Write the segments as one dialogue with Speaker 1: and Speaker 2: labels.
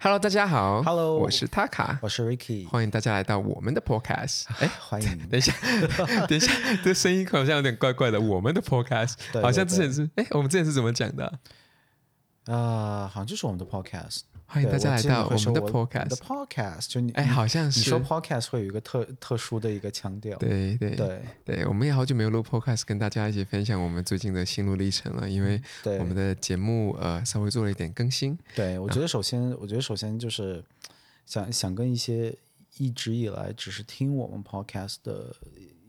Speaker 1: Hello，大家好
Speaker 2: Hello，
Speaker 1: 我是 Taka，
Speaker 2: 我是 Ricky，
Speaker 1: 欢迎大家来到我们的 Podcast。哎，
Speaker 2: 欢迎。
Speaker 1: 等一下， 等一下，这声音好像有点怪怪的。我们的 Podcast
Speaker 2: 对对
Speaker 1: 好像之前是，哎，我们之前是怎么讲的啊？
Speaker 2: 啊，好像就是我们的 Podcast，
Speaker 1: 欢迎大
Speaker 2: 对
Speaker 1: 家
Speaker 2: 我
Speaker 1: 来
Speaker 2: 记得
Speaker 1: 到
Speaker 2: 你
Speaker 1: 我
Speaker 2: 会说
Speaker 1: 们的
Speaker 2: 我
Speaker 1: Podcast
Speaker 2: 的 Podcast 就你
Speaker 1: 哎，好像
Speaker 2: 你
Speaker 1: 是
Speaker 2: 说 Podcast 会有一个特特殊的一个腔调，
Speaker 1: 对对
Speaker 2: 对
Speaker 1: 对，我们也好久没有录 podcast，跟大家一起分享我们最近的心路历程了。因为
Speaker 2: 嗯对
Speaker 1: 我们的节目呃稍微做了一点更新，
Speaker 2: 对，我觉得首先，我觉得首先就是想想跟一些一直以来只是听我们 podcast 的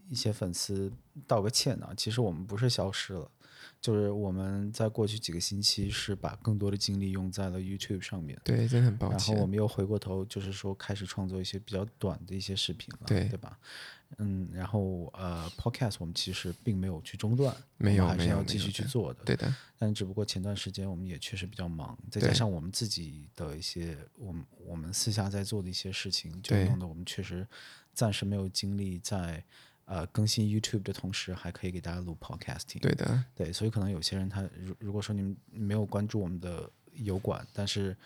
Speaker 2: 一些粉丝道个歉呢、其实我们不是消失了，就是我们在过去几个星期是把更多的精力用在了 YouTube 上面，
Speaker 1: 对，真的很抱
Speaker 2: 然后
Speaker 1: 歉。
Speaker 2: 我们又回过头，就是说开始创作一些比较短的一些视频了，
Speaker 1: 对
Speaker 2: 对吧？嗯，然后呃，podcast 我们其实并没有去中断，
Speaker 1: 没
Speaker 2: 我们
Speaker 1: 有
Speaker 2: 还
Speaker 1: 没
Speaker 2: 是
Speaker 1: 有
Speaker 2: 要
Speaker 1: 没
Speaker 2: 继
Speaker 1: 有
Speaker 2: 续去
Speaker 1: 的
Speaker 2: 做的，
Speaker 1: 对的，
Speaker 2: 但只不过前段时间我们也确实比较忙，再加
Speaker 1: 对
Speaker 2: 上我们自己的一些我们我们私下在做的一些事情，就
Speaker 1: 对
Speaker 2: 弄得我们确实暂时没有精力在呃更新 YouTube 的同时，还可以给大家录 podcasting。
Speaker 1: 对的，
Speaker 2: 对所以可能有些人他如如果说你们没有关注我们的油管，但是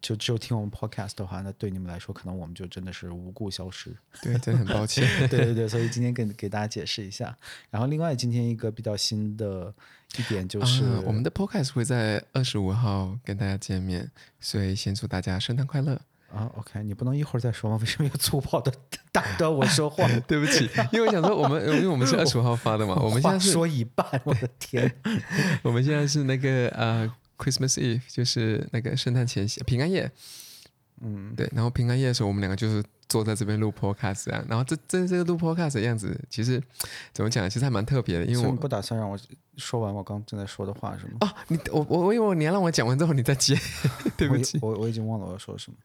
Speaker 2: 就只有听我们 podcast 的话，那对你们来说，可能我们就真的是无故消失。
Speaker 1: 对，真的很抱歉。
Speaker 2: 对对对，所以今天给给大家解释一下。然后另外今天一个比较新的一点就是、
Speaker 1: 啊、我们的 podcast 会在二十五号跟大家见面，所以先祝大家圣诞快 乐。
Speaker 2: 啊，OK，你不能一会儿再说吗？为 什么要粗暴的打断我说 话？
Speaker 1: 对不起，因为我想说我们，因为我们是二十五号发的嘛，我们现
Speaker 2: 话
Speaker 1: 在是，
Speaker 2: 说一半，我的天！
Speaker 1: 我们现在是那个呃 Christmas Eve，就是那个圣诞前夕平安夜。
Speaker 2: 嗯，
Speaker 1: 对，然后平安夜的时候，我们两个就是坐在这边录 podcast 啊。然后这这这个录 podcast 的样子，其实怎么讲，其实还蛮特别的，因
Speaker 2: 所以
Speaker 1: 为
Speaker 2: 你
Speaker 1: 我。
Speaker 2: 不打算让我说完我刚正在说的话是吗？
Speaker 1: 哦，你我我我以为你要让我讲完之后你再接， 对不
Speaker 2: 我已
Speaker 1: 起，
Speaker 2: 我我已经忘了我要说什么。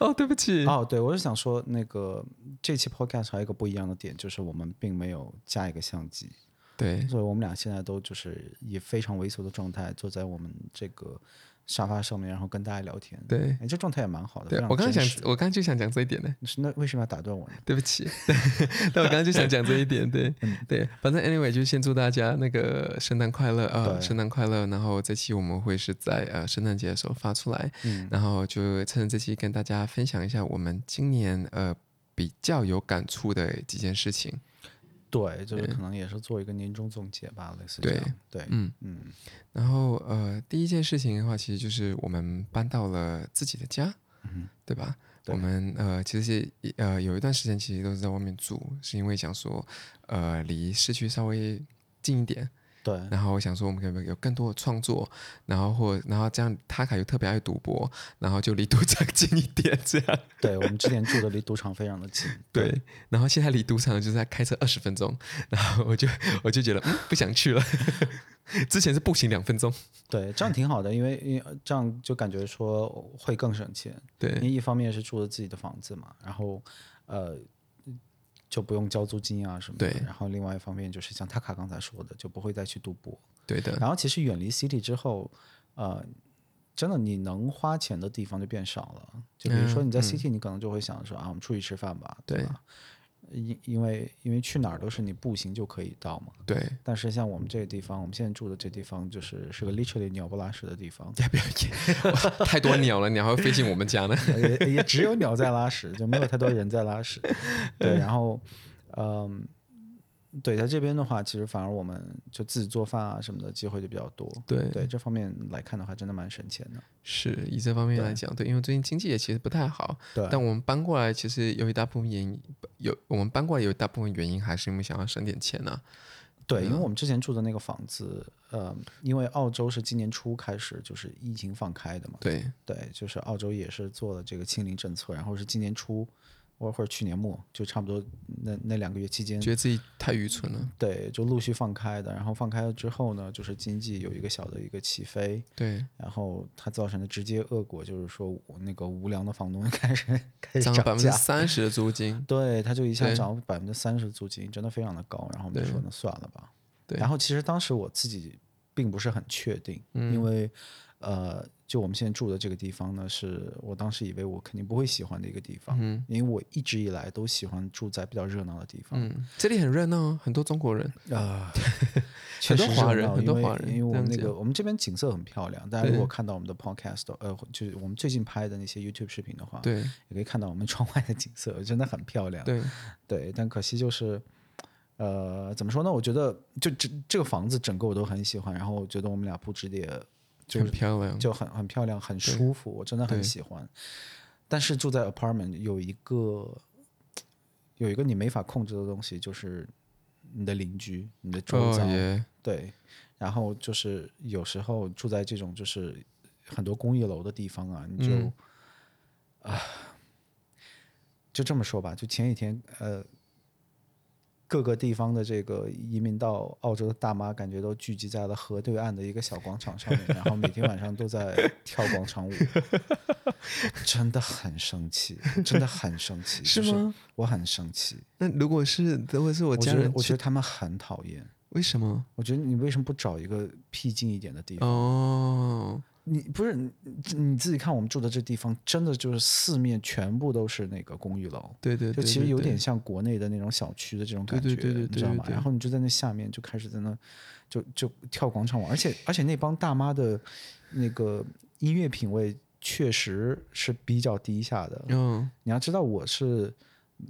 Speaker 1: 哦，对不 起，
Speaker 2: 哦，对，我是想说，那个这期 podcast 还有一个不一样的点，就是我们并没有加一个相机，
Speaker 1: 对
Speaker 2: 所以我们俩现在都就是以非常猥琐的状态坐在我们这个沙发上面，然后跟大家聊天。
Speaker 1: 对
Speaker 2: 哎，这状态也蛮好的。
Speaker 1: 对
Speaker 2: 非，常
Speaker 1: 我刚刚
Speaker 2: 真
Speaker 1: 想
Speaker 2: 实，
Speaker 1: 我刚刚就想讲这一点呢。
Speaker 2: 你是那为什么要打断我呢？
Speaker 1: 对不起， 但我刚刚就想讲这一点，对
Speaker 2: 嗯
Speaker 1: 对，反正 anyway 就先祝大家那个圣诞快乐啊、呃
Speaker 2: 对
Speaker 1: 圣诞快乐！然后这期我们会是在呃圣诞节的时候发出来，
Speaker 2: 嗯
Speaker 1: 然后就趁这期跟大家分享一下我们今年呃比较有感触的几件事情。
Speaker 2: 对，就是可能也是做一个年终总结吧，类似这
Speaker 1: 对
Speaker 2: 样。对，
Speaker 1: 嗯
Speaker 2: 嗯
Speaker 1: 然后呃第一件事情的话，其实就是我们搬到了自己的家，
Speaker 2: 嗯
Speaker 1: 对吧？
Speaker 2: 对
Speaker 1: 我们呃，其实是一呃有一段时间其实都是在外面住，是因为想说呃离市区稍微近一点，
Speaker 2: 对，
Speaker 1: 然后我想说，我们可不可以有更多的创作？然后或然后这样，他卡又特别爱赌博，然后就离赌场 近一点，这样
Speaker 2: 对我们之前住的离赌场非常的近。
Speaker 1: 对。然后现在离赌场就是在开车二十分钟，然后我就我就觉得、嗯、不想去了。 之前是步行两分钟，
Speaker 2: 对，这样挺好的，因为因为这样就感觉说会更省钱。因为
Speaker 1: 对
Speaker 2: 一方面是住的自己的房子嘛，然后呃就不用交租金啊什么的。
Speaker 1: 对
Speaker 2: 然后另外一方面就是像塔卡刚才说的，就不会再去赌博。
Speaker 1: 对的，
Speaker 2: 然后其实远离 city 之后，呃，真的你能花钱的地方就变少了。就比如说
Speaker 1: 嗯
Speaker 2: 你在
Speaker 1: 嗯
Speaker 2: city，你可能就会想说、啊，我们出去吃饭吧，
Speaker 1: 对
Speaker 2: 吧？因因为因为去哪儿都是你步行就可以到嘛。
Speaker 1: 对，，
Speaker 2: 但是像我们这个地方，我们现在住的这地方，就是是个 literally 鸟不拉屎的地方
Speaker 1: 要不要演？哇太多鸟了，鸟还会飞进我们家呢。
Speaker 2: 也也只有鸟在拉屎，就没有太多人在拉屎。对，然后，嗯，对，在这边的话，其实反而我们就自己做饭啊什么的机会就比较多。
Speaker 1: 对
Speaker 2: 对这方面来看的话，真的蛮省钱的。
Speaker 1: 是以这方面来讲，对，因为最近经济也其实不太好，
Speaker 2: 对
Speaker 1: 但我们搬过来其实有一大部分原因，有我们搬过来有一大部分原因还是因为想要省点钱呢、啊
Speaker 2: 对，
Speaker 1: 嗯
Speaker 2: 因为我们之前住的那个房子，呃，因为澳洲是今年初开始就是疫情放开的嘛，
Speaker 1: 对，
Speaker 2: 对，就是澳洲也是做了这个清零政策，然后是今年初或或者去年末，就差不多那那两个月期间，
Speaker 1: 觉得自己太愚蠢了。
Speaker 2: 对，就陆续放开的。然后放开了之后呢，就是经济有一个小的一个起飞，
Speaker 1: 对，
Speaker 2: 然后它造成的直接恶果就是说，我那个无良的房东 开始开始
Speaker 1: 涨了百
Speaker 2: 涨
Speaker 1: 分之
Speaker 2: 价。
Speaker 1: 三十的租 金。
Speaker 2: 对，它就一下
Speaker 1: 对
Speaker 2: 涨了百分之三十租金，真的非常的高。然后我们就
Speaker 1: 对
Speaker 2: 说那算了吧。
Speaker 1: 对嗯
Speaker 2: 然后其实当时我自己并不是很确定，因为呃，就我们现在住的这个地方呢，是我当时以为我肯定不会喜欢的一个地方，
Speaker 1: 嗯
Speaker 2: 因为我一直以来都喜欢住在比较热闹的地方，
Speaker 1: 嗯，这里很热闹哦，很多中国人，
Speaker 2: 啊，
Speaker 1: 很多华人
Speaker 2: 热闹
Speaker 1: 很多
Speaker 2: 因为
Speaker 1: 华人
Speaker 2: 因为我
Speaker 1: 这
Speaker 2: 们
Speaker 1: 样
Speaker 2: 那
Speaker 1: 讲
Speaker 2: 个我们这边景色很漂亮，大家如果看到我们的 podcast，呃，就是我们最近拍的那些 YouTube 视频的话，
Speaker 1: 对
Speaker 2: 也可以看到我们窗外的景色，真的很漂亮。
Speaker 1: 对，
Speaker 2: 对，但可惜就是，呃，怎么说呢？我觉得就这这个房子整个我都很喜欢，然后我觉得我们俩布置的也就
Speaker 1: 很
Speaker 2: 是
Speaker 1: 漂亮，哦
Speaker 2: 就很很漂亮，很舒服，我真的很
Speaker 1: 对
Speaker 2: 喜欢。但是住在 apartment 有一个有一个你没法控制的东西，就是你的邻居、你的周
Speaker 1: 哦
Speaker 2: 遭，
Speaker 1: 耶，
Speaker 2: 对。然后就是有时候住在这种就是很多公寓楼的地方啊，你就、
Speaker 1: 嗯
Speaker 2: 啊，就这么说吧，就前几天呃，各个地方的这个移民到澳洲的大妈，感觉都聚集在了河对岸的一个小广场上面，然后每天晚上都在跳广场 舞，真的很生气，真的很生气，
Speaker 1: 是
Speaker 2: 就是
Speaker 1: 吗？
Speaker 2: 我很生气，
Speaker 1: 那如果是如果是我
Speaker 2: 我
Speaker 1: 家
Speaker 2: 觉得
Speaker 1: 人
Speaker 2: 我觉
Speaker 1: 去，
Speaker 2: 得他们很讨厌。
Speaker 1: 为什么？
Speaker 2: 我觉得你为什么不找一个僻静一点的地方？
Speaker 1: 哦，
Speaker 2: 你不是你你自己看我们住的这地方，真的就是四面全部都是那个公寓楼，
Speaker 1: 对对
Speaker 2: 就
Speaker 1: 对，
Speaker 2: 其实
Speaker 1: 对
Speaker 2: 有
Speaker 1: 对
Speaker 2: 点像国内的那种小区的这种感觉，
Speaker 1: 对对对对
Speaker 2: 你知道
Speaker 1: 对
Speaker 2: 吗？
Speaker 1: 对
Speaker 2: 然后你就在那下面就开始在那就就跳广场舞，而且而且那帮大妈的那个音乐品味确实是比较低下的。
Speaker 1: 嗯
Speaker 2: 你要知道我是。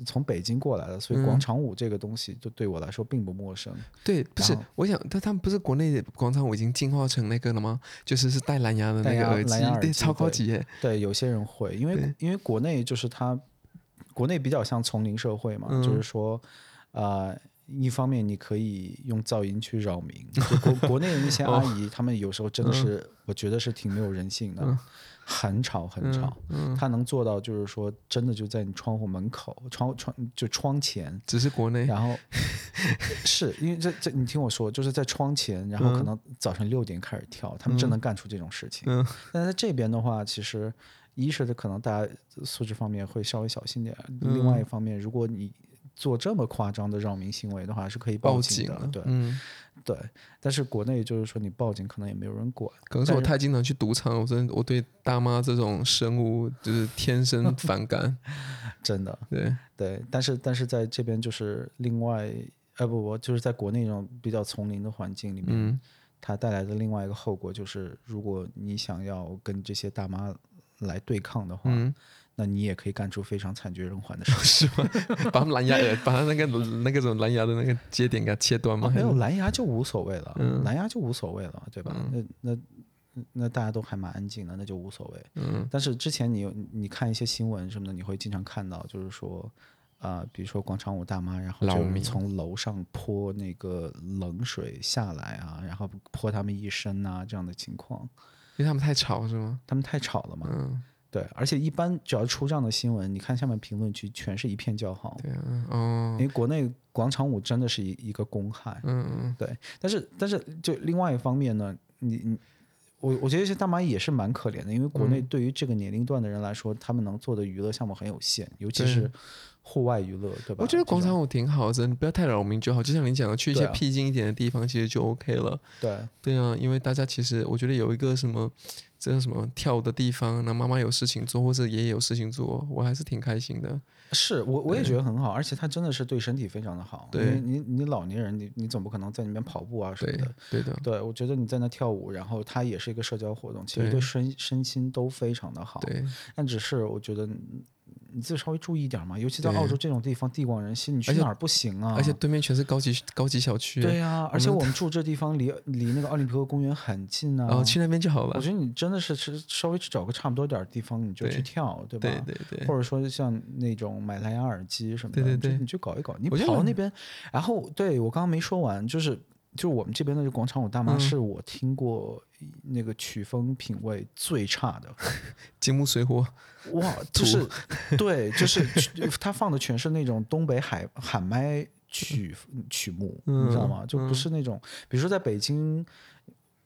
Speaker 2: 从北京过来的，所以广场舞这个东西就对我来说并不陌生。
Speaker 1: 对，不是，我想，但他们不是国内的广场舞已经进化成那个了吗？就是是带蓝牙的
Speaker 2: 带
Speaker 1: 那个
Speaker 2: 牙
Speaker 1: 耳机
Speaker 2: 蓝牙，耳
Speaker 1: 对，
Speaker 2: 机
Speaker 1: 超高
Speaker 2: 对
Speaker 1: 级耶，
Speaker 2: 对，有些人会，因为因为国内就是它，国内比较像丛林社会嘛，就是说，呃，一方面你可以用噪音去扰民，就国国内的那些阿姨，她们有时候真的是，我觉得是挺没有人性的，很吵很吵，她能做到就是说，真的就在你窗户门口，窗窗就窗前。
Speaker 1: 只是国内，
Speaker 2: 然后 是因为这这，你听我说，就是在窗前，
Speaker 1: 嗯
Speaker 2: 然后可能早晨六点开始跳，他们真能干出这种事情。
Speaker 1: 嗯
Speaker 2: 但是在这边的话，其实一是可能大家素质方面会稍微小心点，另
Speaker 1: 嗯
Speaker 2: 外一方面，如果你做这么夸张的扰民行为的话，是可以
Speaker 1: 报
Speaker 2: 警
Speaker 1: 警
Speaker 2: 的。
Speaker 1: 了，
Speaker 2: 对、
Speaker 1: 嗯，
Speaker 2: 对，但是国内就是说你报警可能也没有人管。
Speaker 1: 可能是我太经常去赌场，我真的我对大妈这种生物就是天 生反感，
Speaker 2: 真的，
Speaker 1: 对，
Speaker 2: 对，但是但是在这边就是另外，呃不不，就是在国内那种比较丛林的环境里面，
Speaker 1: 嗯
Speaker 2: 它带来的另外一个后果就是，如果你想要跟这些大妈来对抗的话，
Speaker 1: 嗯，
Speaker 2: 那你也可以干出非常惨绝人寰的事情。
Speaker 1: 是吗？把他们蓝牙耳，把他那个那个种蓝牙的那个接点给它切断吗？
Speaker 2: 哦没有
Speaker 1: 还是，
Speaker 2: 蓝牙就无所谓了，
Speaker 1: 嗯
Speaker 2: 蓝牙就无所谓了，对吧？那那那大家都还蛮安静的，那就无所谓。
Speaker 1: 嗯
Speaker 2: 但是之前你有你看一些新闻什么的，你会经常看到，就是说，啊、比如说广场舞大妈，然后
Speaker 1: 扰
Speaker 2: 就有人
Speaker 1: 民
Speaker 2: 从楼上泼那个冷水下来啊，然后泼他们一身啊，这样的情况，
Speaker 1: 因为他们太吵是吗？
Speaker 2: 他们太吵了嘛。
Speaker 1: 嗯，
Speaker 2: 对，而且一般只要出这样的新闻，你看下面评论区全是一片叫好，
Speaker 1: 对啊，哦
Speaker 2: 因，为国内广场舞真的是一一个公害。
Speaker 1: 嗯
Speaker 2: 对，但是但是就另外一方面呢，你你我我觉得这些大妈也是蛮可怜的，因为国
Speaker 1: 嗯
Speaker 2: 内对于这个年龄段的人来说，他们能做的娱乐项目很有限，尤其
Speaker 1: 对
Speaker 2: 是户外娱乐，对吧？
Speaker 1: 我觉得广
Speaker 2: 这种
Speaker 1: 场舞挺好的，你不要太扰民就好。就像你讲的，去一
Speaker 2: 对
Speaker 1: 些
Speaker 2: 啊
Speaker 1: 僻静一点的地方，其实就 OK 了。
Speaker 2: 对
Speaker 1: 对啊，因为大家其实我觉得有一个什么，这叫什么跳的地方，那妈妈有事情做，或者爷爷有事情做，我还是挺开心的。
Speaker 2: 是我我也觉得很好，而且它真的是对身体非常的好。因
Speaker 1: 对
Speaker 2: 为你你老年人，你你总不可能在那边跑步啊什么
Speaker 1: 对
Speaker 2: 的。，
Speaker 1: 对的，
Speaker 2: 对，我觉得你在那跳舞，然后它也是一个社交活动，其实
Speaker 1: 对
Speaker 2: 对身身心都非常的好。
Speaker 1: 对，
Speaker 2: 但只是我觉得你你自己稍微注意一点嘛，尤其在澳
Speaker 1: 对
Speaker 2: 洲这种地方，地广人稀，你去
Speaker 1: 而且
Speaker 2: 哪儿不行啊？
Speaker 1: 而且对面全是高级高级小区，
Speaker 2: 对呀、而且我们住这地方离离那个奥林匹克公园很近啊。
Speaker 1: 然后哦去那边就好
Speaker 2: 我
Speaker 1: 了。
Speaker 2: 觉得你真的是是稍微去找个差不多点儿的地方，你就去
Speaker 1: 对
Speaker 2: 跳，对吧？
Speaker 1: 对对对，
Speaker 2: 或者说像那种买蓝牙耳机什么的，
Speaker 1: 对对
Speaker 2: 你就
Speaker 1: 对
Speaker 2: 你去搞一搞。你
Speaker 1: 我觉得
Speaker 2: 跑到
Speaker 1: 蓝
Speaker 2: 那边，然后对我刚刚没说完，就是就是我们这边的广场舞大
Speaker 1: 嗯
Speaker 2: 妈是我听过那个曲风品味最差的，
Speaker 1: 金木水火，
Speaker 2: 哇，就是对，就是他放的全是那种东北海喊麦曲曲目，你知道
Speaker 1: 嗯
Speaker 2: 吗？就不是那种，比如说在北京，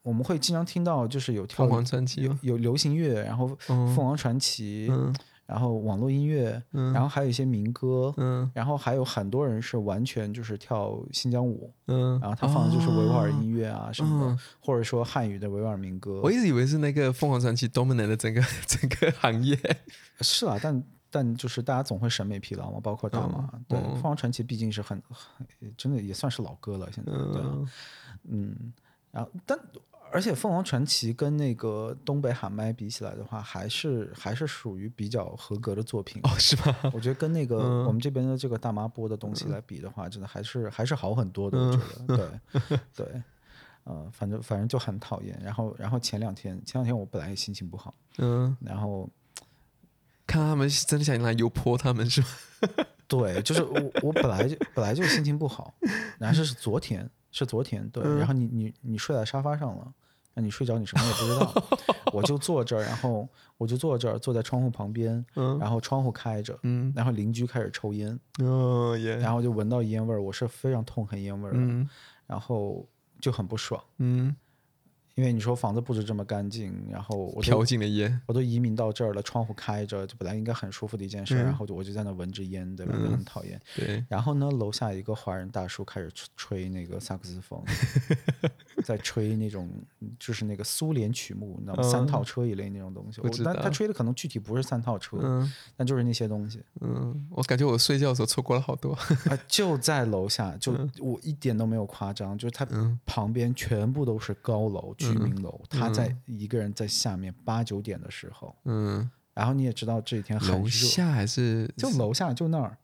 Speaker 2: 我们会经常听到，就是有跳
Speaker 1: 凤凰传奇
Speaker 2: 有
Speaker 1: 吗，
Speaker 2: 有流行乐，然后凤凰传奇，
Speaker 1: 嗯，
Speaker 2: 然后网络音乐，然后还有一些民歌，
Speaker 1: 嗯
Speaker 2: 然后还有很多人是完全就是跳新疆舞，
Speaker 1: 嗯，
Speaker 2: 然后他放的就是维吾尔
Speaker 1: 哦
Speaker 2: 音乐啊什么的，
Speaker 1: 嗯
Speaker 2: 或者说汉语的维吾尔民歌。
Speaker 1: 哦我一直以为是那个凤凰传奇 dominant 的整个整个行 业，
Speaker 2: 啊是啦，但但就是大家总会审美疲劳嘛，包括大马。对，
Speaker 1: 嗯
Speaker 2: 凤凰传奇毕竟是很很真的也算是老歌了，现在对啊、
Speaker 1: 嗯
Speaker 2: 然后，但而且凤凰传奇跟那个东北喊麦比起来的话，还是还是属于比较合格的作品。
Speaker 1: 哦嗯是吗？
Speaker 2: 我觉得跟那个我们这边的这个大妈播的东西来比的话，真的还是还是好很多的。我
Speaker 1: 嗯
Speaker 2: 觉得，对对，呃，反正反正就很讨厌。然后然后前两天前两天我本来也心情不好，
Speaker 1: 嗯，
Speaker 2: 然后
Speaker 1: 看他们是真的想来油泼他们是吗？
Speaker 2: 对，就是我我本来就本来就心情不好，然后是昨天是昨天对，然后你你你睡在沙发上了，那你睡着你什么也不知道，我就坐这儿，然后我就坐这儿坐在窗户旁边，然后窗户开着，
Speaker 1: 嗯，
Speaker 2: 然后邻居开始抽烟，
Speaker 1: 哦耶，
Speaker 2: 啊然后就闻到烟味儿，我是非常痛恨烟味儿的，
Speaker 1: 嗯
Speaker 2: 然后就很不爽，
Speaker 1: 嗯，
Speaker 2: 因为你说房子布置这么干净，然后我就
Speaker 1: 飘进了烟，
Speaker 2: 我都移民到这儿了，窗户开着，就本来应该很舒服的一件事儿，然后就我就在那闻着烟，对吧？就很讨厌。
Speaker 1: 对，
Speaker 2: 然后呢，楼下一个华人大叔开始吹吹那个萨克斯 风，在吹那种就是那个苏联曲目，你知道吗？三套车一类那种东西。
Speaker 1: 我
Speaker 2: 我
Speaker 1: 嗯知
Speaker 2: 但
Speaker 1: 道
Speaker 2: 他吹的可能具体不是三套车，
Speaker 1: 嗯
Speaker 2: 但就是那些 东西
Speaker 1: 嗯，我感觉我睡觉的时候错过了好多，
Speaker 2: 啊、就在楼下，就
Speaker 1: 嗯
Speaker 2: 我一点都没有夸张，就是他旁边全部都是高楼、居
Speaker 1: 嗯
Speaker 2: 民楼，他在一个人在下面八九点的时候，
Speaker 1: 嗯，
Speaker 2: 然后你也知道这几天很
Speaker 1: 楼
Speaker 2: 热，
Speaker 1: 下还是
Speaker 2: 就楼下就那儿，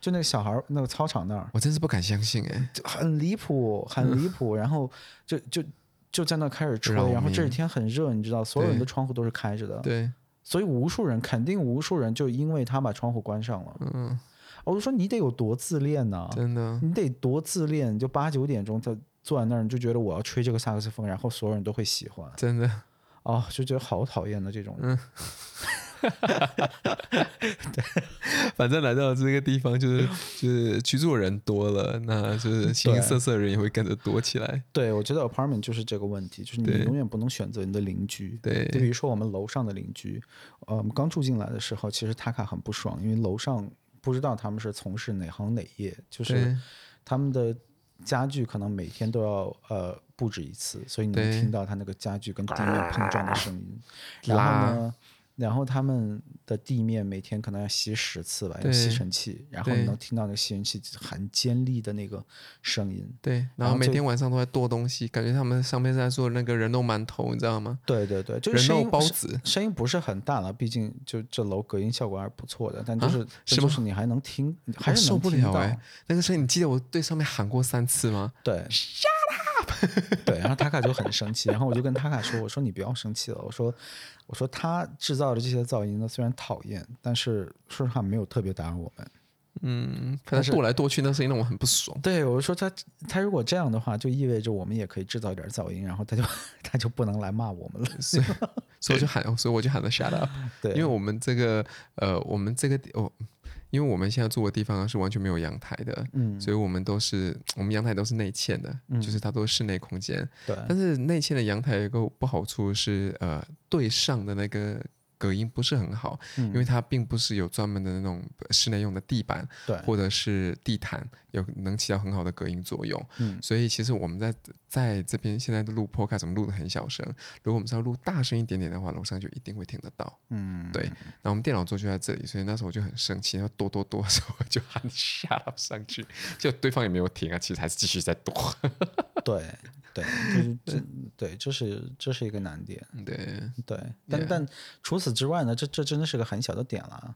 Speaker 2: 就那个小孩儿那个操场那儿。
Speaker 1: 我真是不敢相信哎、
Speaker 2: 就很离谱，很离谱。然后就就就在那开始吹，
Speaker 1: 嗯扰
Speaker 2: 然后这几
Speaker 1: 民
Speaker 2: 天很热，你知道，所有人
Speaker 1: 对
Speaker 2: 的窗户都是开着的，
Speaker 1: 对，
Speaker 2: 所以无数人肯定无数人就因为他把窗户关上了。
Speaker 1: 嗯，
Speaker 2: 我就说你得有多自恋呢、
Speaker 1: 真的，
Speaker 2: 你得多自恋，你就八九点钟他坐在那儿，你就觉得我要吹这个萨克斯风，然后所有人都会喜欢，
Speaker 1: 真的，
Speaker 2: 哦，就觉得好讨厌的这种人。
Speaker 1: 反正来到这个地方，就是就是居住人多了，那就是形形色色的人也会跟着多起来。
Speaker 2: 对，我觉得 apartment 就是这个问题，就是你
Speaker 1: 对
Speaker 2: 永远不能选择你的邻居。
Speaker 1: 对
Speaker 2: 就比如说我们楼上的邻居，呃，我们刚住进来的时候，其实塔卡很不爽，因为楼上不知道他们是从事哪行哪业，就是
Speaker 1: 对
Speaker 2: 他们的家具可能每天都要呃布置一次，所以你能
Speaker 1: 对
Speaker 2: 听到他那个家具跟地面碰撞的 声音。然后呢，然后他们的地面每天可能要吸十次吧，有
Speaker 1: 对
Speaker 2: 吸尘器，然后你
Speaker 1: 对
Speaker 2: 能听到那个吸尘器很尖利的那个声音。
Speaker 1: 对，然后每天晚上都在剁东西，感觉他们上面在做那个人肉馒头，你知道吗？
Speaker 2: 对对对，就是
Speaker 1: 人
Speaker 2: 声
Speaker 1: 肉
Speaker 2: 音
Speaker 1: 包
Speaker 2: 是
Speaker 1: 子，
Speaker 2: 声音不是很大了，毕竟就这楼隔音效果还是不错的，但就是、这
Speaker 1: 啊是
Speaker 2: 就
Speaker 1: 吗
Speaker 2: 是你还能听，还是
Speaker 1: 受
Speaker 2: 能
Speaker 1: 不
Speaker 2: 听
Speaker 1: 了
Speaker 2: 到。
Speaker 1: 哎、那个声音，你记得我对上面喊过三次吗？
Speaker 2: 对，shut up。对，然 后塔卡就很生气，然后我就跟塔卡说：“我说你不要生气了，我说我说他制造的这些噪音呢，虽然讨厌，但是说实话没有特别打扰我们。
Speaker 1: 嗯，反正剁来剁去，那声音让我很不爽。
Speaker 2: 对，我说他他如果这样的话，就意味着我们也可以制造一点噪音，然后他就 他就不能来骂我们了。
Speaker 1: 所以，所以我就喊，所以我就喊了 shut up，
Speaker 2: 对
Speaker 1: 因为我们这个呃，我们这个地哦，因为我们现在住的地方啊是完全没有阳台的，
Speaker 2: 嗯，
Speaker 1: 所以我们都是我们阳台都是内嵌的，就是它都是室内空间。
Speaker 2: 对，
Speaker 1: 但是内嵌的阳台有一个不好处是，呃，对上的那个隔音不是很好，
Speaker 2: 嗯
Speaker 1: 因为它并不是有专门的那种呃室内用的地板
Speaker 2: 对，
Speaker 1: 或者是地毯，有能起到很好的隔音作用。
Speaker 2: 嗯
Speaker 1: 所以其实我们在在这边现在的录 podcast，我们录的很小声，如果我们是要录大声一点点的话，楼上就一定会听得到。
Speaker 2: 嗯，
Speaker 1: 对，那我们电脑桌就在这里，所以那时候我就很生气，然后哆哆哆的时候我就喊 shut up 上去，就对方也没有停啊，其实还是继续在 哆。
Speaker 2: 对对，就是这对，这是这是一个难点。
Speaker 1: 对，
Speaker 2: 对，但
Speaker 1: Yeah
Speaker 2: 但除此之外呢，这这真的是个很小的点啦。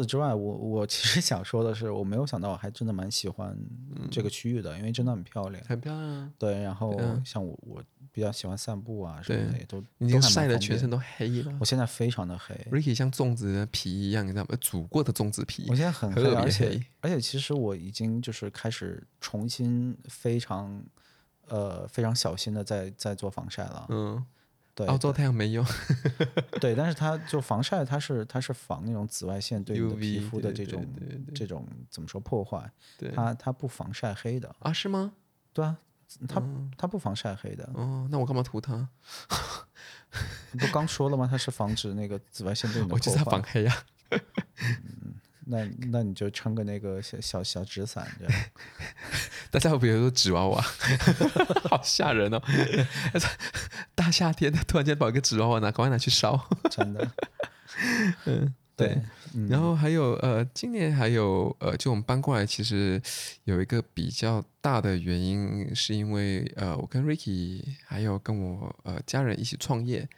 Speaker 1: 嗯
Speaker 2: 此之外，我我其实想说的是，我没有想到，我还真的蛮喜欢
Speaker 1: 嗯
Speaker 2: 这个区域的，因为真的很漂亮。
Speaker 1: 很漂亮啊。
Speaker 2: 对，然后像我我比较喜欢散步啊什么的，也都
Speaker 1: 你已
Speaker 2: 都
Speaker 1: 经
Speaker 2: 还蛮
Speaker 1: 晒得
Speaker 2: 方
Speaker 1: 全
Speaker 2: 便
Speaker 1: 身都黑了
Speaker 2: 我现在非常的黑，
Speaker 1: ，Ricky 像粽子的皮一样，你知道吗？煮过的粽子皮
Speaker 2: 我，现在很
Speaker 1: 特
Speaker 2: 黑，而
Speaker 1: 别
Speaker 2: 且
Speaker 1: 黑
Speaker 2: 而且其实我已经就是开始重新非常呃非常小心的在在做防晒了。
Speaker 1: 嗯，
Speaker 2: 对，
Speaker 1: 澳洲太阳没有，
Speaker 2: 对，但是它就防晒，它是它是防那种紫外线对你的皮
Speaker 1: UV
Speaker 2: 肤的这
Speaker 1: 对对
Speaker 2: 种
Speaker 1: 对对
Speaker 2: 这种怎么说破坏，
Speaker 1: 对
Speaker 2: 它它不防晒黑的，
Speaker 1: 啊，是吗？
Speaker 2: 对啊，它、
Speaker 1: 嗯
Speaker 2: 它不防晒黑的，
Speaker 1: 哦，那我干嘛涂它？
Speaker 2: 你不刚说了吗？它是防止那个紫外线对你的
Speaker 1: 我就
Speaker 2: 破
Speaker 1: 是要防
Speaker 2: 坏，
Speaker 1: 黑啊。
Speaker 2: 那那你就撑个那个小小小纸伞这样。
Speaker 1: 大家会不会说纸娃 娃？好吓人哦！ 大夏天的，突然间把一个纸娃娃拿，赶快拿去烧。
Speaker 2: 真 的。
Speaker 1: 对
Speaker 2: 对，
Speaker 1: 然后还有呃，今年还有呃，就我们搬过来，其实有一个比较大的原因，是因为呃，我跟 Ricky 还有跟我呃家人一起创业，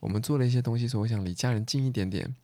Speaker 1: 我们做了一些东西，所以我想离家人近一点点。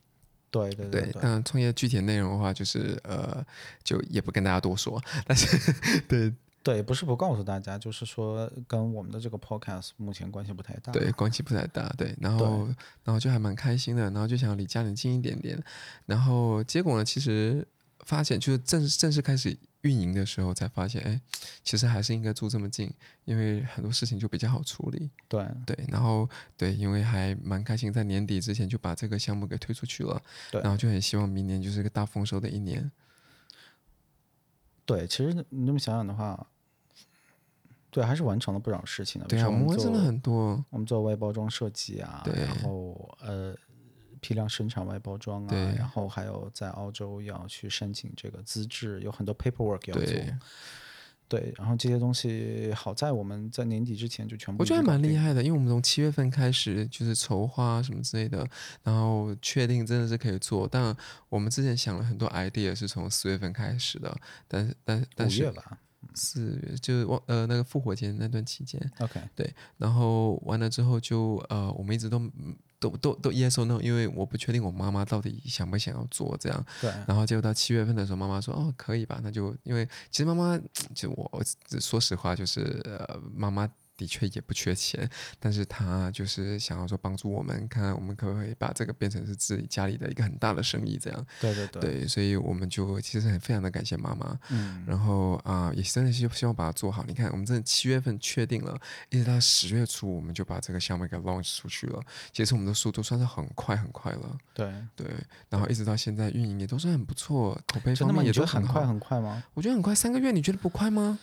Speaker 2: 对对
Speaker 1: 对，嗯
Speaker 2: 对，
Speaker 1: 当然创业具体的内容的话，就是呃，就也不跟大家多说，但是对
Speaker 2: 对，不是不告诉大家，就是说跟我们的这个 podcast 目前关系不太大。
Speaker 1: 对，关系不太大，对，然后然后就还蛮开心的，然后就想离家人近一点点，然后结果呢，其实发现就是正正式开始运营的时候，才发现，哎，其实还是应该住这么近，因为很多事情就比较好处理，
Speaker 2: 对
Speaker 1: 对，然后对，因为还蛮开心，在年底之前就把这个项目给推出去了，
Speaker 2: 对
Speaker 1: 然后就很希望明年就是个大丰收的一年，
Speaker 2: 对，其实你这么想想的话，对，还是完成了不少事情的。比
Speaker 1: 对
Speaker 2: 如
Speaker 1: 啊，
Speaker 2: 说
Speaker 1: 我
Speaker 2: 我
Speaker 1: 们
Speaker 2: 们
Speaker 1: 完成了
Speaker 2: 做
Speaker 1: 很多，
Speaker 2: 我们做外包装设计啊，
Speaker 1: 对
Speaker 2: 然后呃批量生产外包装啊
Speaker 1: 对，
Speaker 2: 然后还有在澳洲要去申请这个资质，有很多 paperwork 要做。
Speaker 1: 对。
Speaker 2: 对然后这些东西好在我们在年底之前就全部。
Speaker 1: 我觉得还蛮厉
Speaker 2: 害。
Speaker 1: 害的，因为我们从七月份开始就是筹划什么之类的，然后确定真的是可以做。但我们之前想了很多 idea 是从四月份开始的，但是但但
Speaker 2: 五月
Speaker 1: 是
Speaker 2: 吧
Speaker 1: 四月就是忘呃那个复活节那段期间，
Speaker 2: ，OK，
Speaker 1: 然后完了之后就呃我们一直都都都都 yes or no，因为我不确定我妈妈到底想不想要做这样。
Speaker 2: 对
Speaker 1: 然后结果到七月份的时候，妈妈说：“哦，可以吧？”那就因为其实妈妈，其实我我只说实话，就是呃，妈妈的确也不缺钱，但是她就是想要说帮助我们，看看我们可不可以把这个变成是自己家里的一个很大的生意这样。
Speaker 2: 对对对，
Speaker 1: 对，所以我们就其实很非常的感谢妈妈。
Speaker 2: 嗯，
Speaker 1: 然后啊、也真的是希望把它做好。你看，我们真的七月份确定了，一直到十月初，我们就把这个项目给 launch 出去了。其实我们的速度算是很快很快了。
Speaker 2: 对，
Speaker 1: 对，然后一直到现在运营也都是很不错，口碑
Speaker 2: 真
Speaker 1: 方
Speaker 2: 的吗？
Speaker 1: 面
Speaker 2: 你
Speaker 1: 也
Speaker 2: 觉
Speaker 1: 都
Speaker 2: 得很
Speaker 1: 好
Speaker 2: 快。很快吗？
Speaker 1: 我觉得很快，三个月，你觉得不快吗？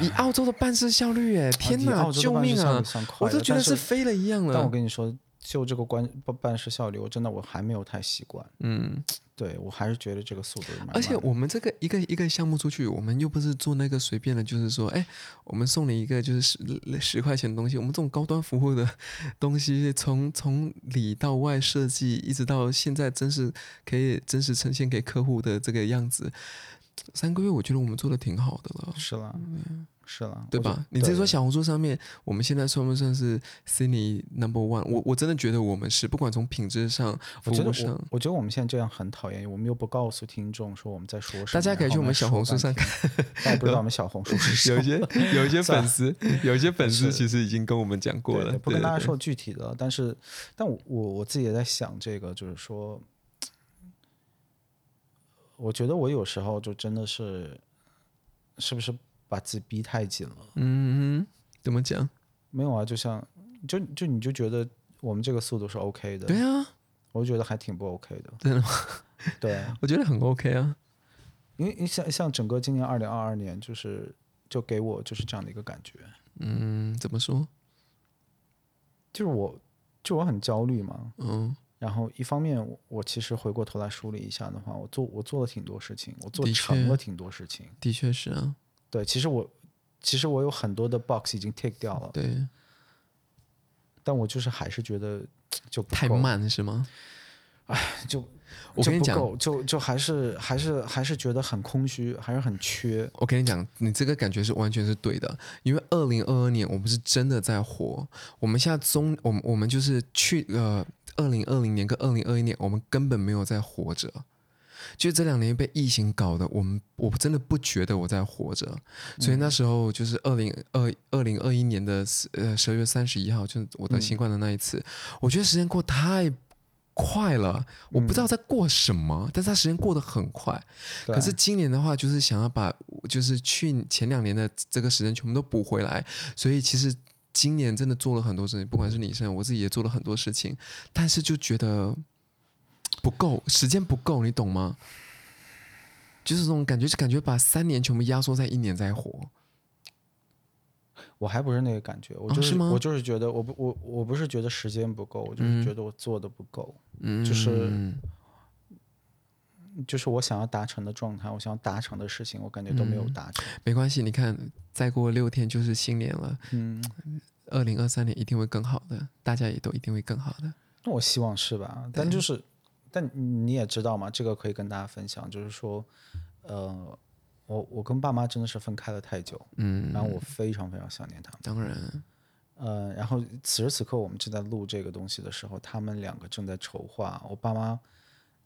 Speaker 1: 以澳洲的办事效率，哎，天
Speaker 2: 哪！
Speaker 1: 哪，
Speaker 2: 啊澳洲的
Speaker 1: 救
Speaker 2: 办事
Speaker 1: 命
Speaker 2: 效率
Speaker 1: 啊！
Speaker 2: 算快
Speaker 1: 我
Speaker 2: 的
Speaker 1: 都觉得
Speaker 2: 但
Speaker 1: 是
Speaker 2: 是
Speaker 1: 飞了一样
Speaker 2: 但我
Speaker 1: 了。
Speaker 2: 跟你说，就这个关办办事效率，我真的我还没有太习惯。
Speaker 1: 嗯，
Speaker 2: 对我还是觉得这个速度蛮慢的。
Speaker 1: 而且我们这个一个一个项目出去，我们又不是做那个随便的，就是说，哎，我们送你一个就是十呃十块钱的东西。我们这种高端服务的 东西，从从里到外设计，一直到现在，真是可以真实呈现给客户的这个样子。三个月，我觉得我们做的挺好的了。
Speaker 2: 是了，是了，
Speaker 1: 嗯对
Speaker 2: 我觉
Speaker 1: 吧？你直接
Speaker 2: 对
Speaker 1: 说小红书上面，我们现在算不算是 Sydney Number One？我我真的觉得我们是，不管从品质上、服
Speaker 2: 我觉得
Speaker 1: 务上
Speaker 2: 我，我觉得我们现在这样很讨厌，我们又不告诉听众说我们在说什
Speaker 1: 大
Speaker 2: 么，
Speaker 1: 家可以
Speaker 2: 然后
Speaker 1: 去我
Speaker 2: 呢
Speaker 1: 们小
Speaker 2: 说
Speaker 1: 红书
Speaker 2: 半
Speaker 1: 上
Speaker 2: 天，大家不知道我们 小红书是什
Speaker 1: 有
Speaker 2: 么
Speaker 1: 一。些有一些粉丝，有一些粉丝
Speaker 2: 是
Speaker 1: 其实已经跟我们讲过
Speaker 2: 对
Speaker 1: 了，
Speaker 2: 对不跟
Speaker 1: 对
Speaker 2: 大家
Speaker 1: 对
Speaker 2: 说具体的，但是，但我我我自己也在想这个，就是说，我觉得我有时候就真的是，是不是把自己逼太紧了？
Speaker 1: 嗯，嗯怎么讲？
Speaker 2: 没有啊，就像，就就你就觉得我们这个速度是 OK 的，
Speaker 1: 对啊，
Speaker 2: 我就觉得还挺不 OK 的。
Speaker 1: 真的
Speaker 2: 吗？对，
Speaker 1: 我觉得很 OK 啊。
Speaker 2: 因为你像像整个今年二零二二年，就是就给我就是这样的一个感觉，
Speaker 1: 嗯，怎么说？
Speaker 2: 就是我就我很焦虑嘛。
Speaker 1: 嗯，
Speaker 2: 然后一方面我，我其实回过头来梳理一下的话，我做我做了挺多事情，我做
Speaker 1: 的
Speaker 2: 成
Speaker 1: 确
Speaker 2: 了挺多事情。
Speaker 1: 的确是啊，
Speaker 2: 对，其实我其实我有很多的 box 已经 take 掉了，
Speaker 1: 对，
Speaker 2: 但我就是还是觉得就不
Speaker 1: 太
Speaker 2: 够，
Speaker 1: 慢是吗？
Speaker 2: 就
Speaker 1: 我
Speaker 2: 就
Speaker 1: 跟你
Speaker 2: 不
Speaker 1: 讲，
Speaker 2: 够就就还是还是还是觉得很空虚，还是很缺。
Speaker 1: 我跟你讲，你这个感觉是完全是对的，因为二零二二年我们是真的在活，我们现在中，我们我们就是去呃二零二零年跟二零二一年，我们根本没有在活着。就这两年被疫情搞的，我们我真的不觉得我在活着，所以那时候就是二零二二零二一年的十呃十二月三十一号，就是我得新冠的那一次，我觉得时间过太快了，我不知道在过什么，但是它时间过得很快，
Speaker 2: 对
Speaker 1: 可是今年的话，就是想要把就是去前两年的这个时间全部都补回来，所以其实今年真的做了很多事情，不管是你身上，我自己也做了很多事情，但是就觉得不够，时间不够，你懂吗？就是这种感觉，就感觉把三年全部压缩在一年在活。
Speaker 2: 我还不是那个感觉，我
Speaker 1: 啊
Speaker 2: 就是
Speaker 1: 吗
Speaker 2: 我就是觉得我不我我不是觉得时间不够，我就是觉得我做的不够。
Speaker 1: 嗯，
Speaker 2: 就是就是我想要达成的状态，我想要达成的事情，我感觉都没有
Speaker 1: 嗯
Speaker 2: 达成。
Speaker 1: 没关系，你看，再过六天就是新年了，
Speaker 2: 嗯，
Speaker 1: 二零二三年一定会更好的，大家也都一定会更好的。
Speaker 2: 那我希望是吧？但就是，但你也知道嘛，这个可以跟大家分享，就是说，呃，我我跟爸妈真的是分开了太久，
Speaker 1: 嗯，
Speaker 2: 然后我非常非常想念他们。
Speaker 1: 当然，
Speaker 2: 呃，然后此时此刻我们正在录这个东西的时候，他们两个正在筹划，我爸妈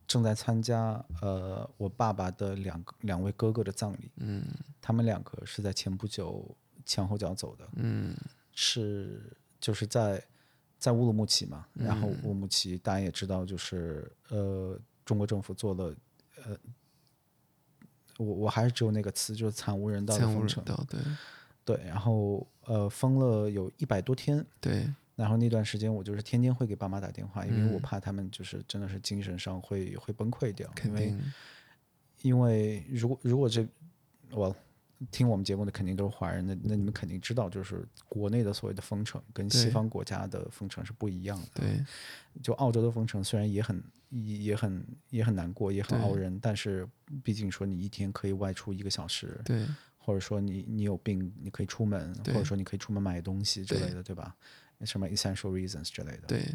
Speaker 2: 正在参加呃我爸爸的两个两位哥哥的葬礼，
Speaker 1: 嗯
Speaker 2: 他们两个是在前不久前后脚走的，
Speaker 1: 嗯
Speaker 2: 是就是在在乌鲁木齐嘛，
Speaker 1: 嗯
Speaker 2: 然后乌鲁木齐大家也知道，就是呃，中国政府做了呃，我我还是只有那个词，就是惨无人道的
Speaker 1: 惨无
Speaker 2: 封
Speaker 1: 人
Speaker 2: 城，
Speaker 1: 道，对
Speaker 2: 对，然后呃封了有一百多天，
Speaker 1: 对，
Speaker 2: 然后那段时间我就是天天会给爸妈打电话，因
Speaker 1: 嗯
Speaker 2: 为我怕他们就是真的是精神上会会崩溃掉，因
Speaker 1: 肯
Speaker 2: 为
Speaker 1: 定，
Speaker 2: 因为如果如果这我。听我们节目的肯定都是华人，那那你们肯定知道，就是国内的所谓的封城跟西
Speaker 1: 对
Speaker 2: 方国家的封城是不一样的。
Speaker 1: 对
Speaker 2: 就澳洲的封城虽然也很也也很也很难过，也很熬人，但是毕竟说你一天可以外出一个小时，
Speaker 1: 对
Speaker 2: 或者说你你有病你可以出门，或
Speaker 1: 对
Speaker 2: 者说你可以出门买东西之
Speaker 1: 对
Speaker 2: 类的，对吧？什么 essential reasons 之类的，
Speaker 1: 对，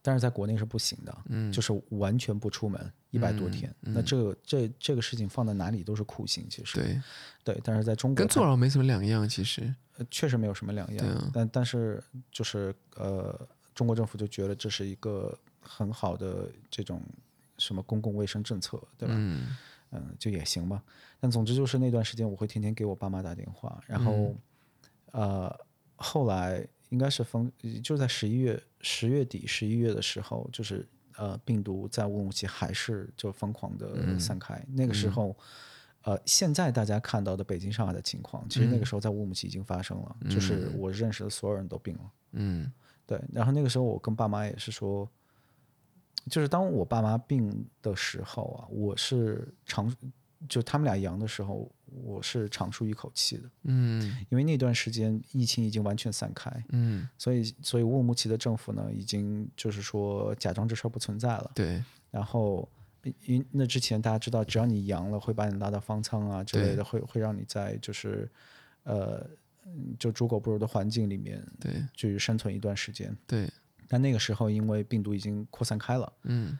Speaker 2: 但是在国内是不行的，
Speaker 1: 嗯，
Speaker 2: 就是完全不出门一百多
Speaker 1: 嗯
Speaker 2: 天，那这个这这个事情放在哪里都是酷刑，其实
Speaker 1: 对，
Speaker 2: 对但是在中国
Speaker 1: 跟
Speaker 2: 它
Speaker 1: 坐牢没什么两样，其实，
Speaker 2: 呃确实没有什么两样，
Speaker 1: 对啊
Speaker 2: 但但是就是呃，中国政府就觉得这是一个很好的这种什么公共卫生政策，对吧？
Speaker 1: 嗯
Speaker 2: 嗯、就也行吧。但总之就是那段时间，我会天天给我爸妈打电话，然后、呃，后来应该是封，就在十一月十月底十一月的时候，就是呃，病毒在乌鲁木齐还是就疯狂的散开，那个时候。呃，现在大家看到的北京、上海的情况，其实那个时候在乌鲁木齐已经发生了，就是我认识的所有人都病了。
Speaker 1: 嗯
Speaker 2: 对，然后那个时候我跟爸妈也是说，就是当我爸妈病的时候啊，我是长，就他们俩阳的时候，我是长舒一口气的，
Speaker 1: 嗯
Speaker 2: 因为那段时间疫情已经完全散开，
Speaker 1: 嗯，
Speaker 2: 所以所以乌鲁木齐的政府呢，已经就是说假装这事儿不存在了，
Speaker 1: 对
Speaker 2: 然后。因因那之前大家知道，只要你阳了，会把你拉到方舱啊之类的，会会让你在就是，呃，嗯就猪狗不如的环境里面
Speaker 1: 对
Speaker 2: 去生存一段时间。
Speaker 1: 对，
Speaker 2: 但那个时候因为病毒已经扩散开了，
Speaker 1: 嗯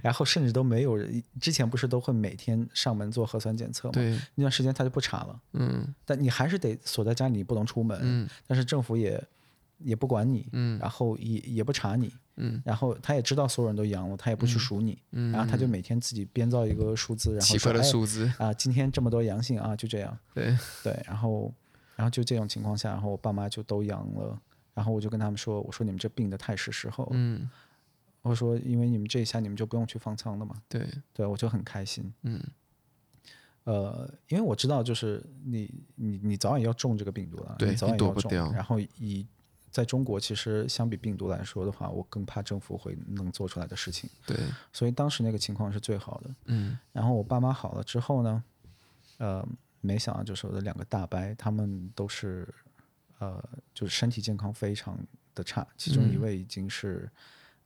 Speaker 2: 然后甚至都没有人，之前不是都会每天上门做核酸检测吗？
Speaker 1: 对，
Speaker 2: 那段时间他就不查了，
Speaker 1: 嗯
Speaker 2: 但你还是得锁在家里，你不能出门。
Speaker 1: 嗯
Speaker 2: 但是政府也也不管你，
Speaker 1: 嗯
Speaker 2: 然后也也不查你，
Speaker 1: 嗯，
Speaker 2: 然后他也知道所有人都阳了，他也不去数你，
Speaker 1: 嗯
Speaker 2: 然后他就每天自己编造一个数字，然后
Speaker 1: 奇怪
Speaker 2: 说
Speaker 1: 的
Speaker 2: 哎
Speaker 1: 数字，
Speaker 2: 啊、今天这么多阳性啊，就这样。
Speaker 1: 对
Speaker 2: 对，然后然后就这种情况下，然后我爸妈就都阳了，然后我就跟他们说，我说你们这病的太是时候了，
Speaker 1: 嗯
Speaker 2: 我说因为你们这一下你们就不用去方舱了嘛，
Speaker 1: 对，
Speaker 2: 对啊我就很开心，
Speaker 1: 嗯
Speaker 2: 呃，因为我知道就是你你你早晚要中这个病毒了，
Speaker 1: 对
Speaker 2: 你早晚
Speaker 1: 你躲
Speaker 2: 要
Speaker 1: 不
Speaker 2: 中
Speaker 1: 掉，
Speaker 2: 然后以。在中国，其实相比病毒来说的话，我更怕政府会能做出来的事情，
Speaker 1: 对，
Speaker 2: 所以当时那个情况是最好的。
Speaker 1: 嗯
Speaker 2: 然后我爸妈好了之后呢，呃，没想到就是我的两个大伯，他们都是呃，就是身体健康非常的差，其中一位已经是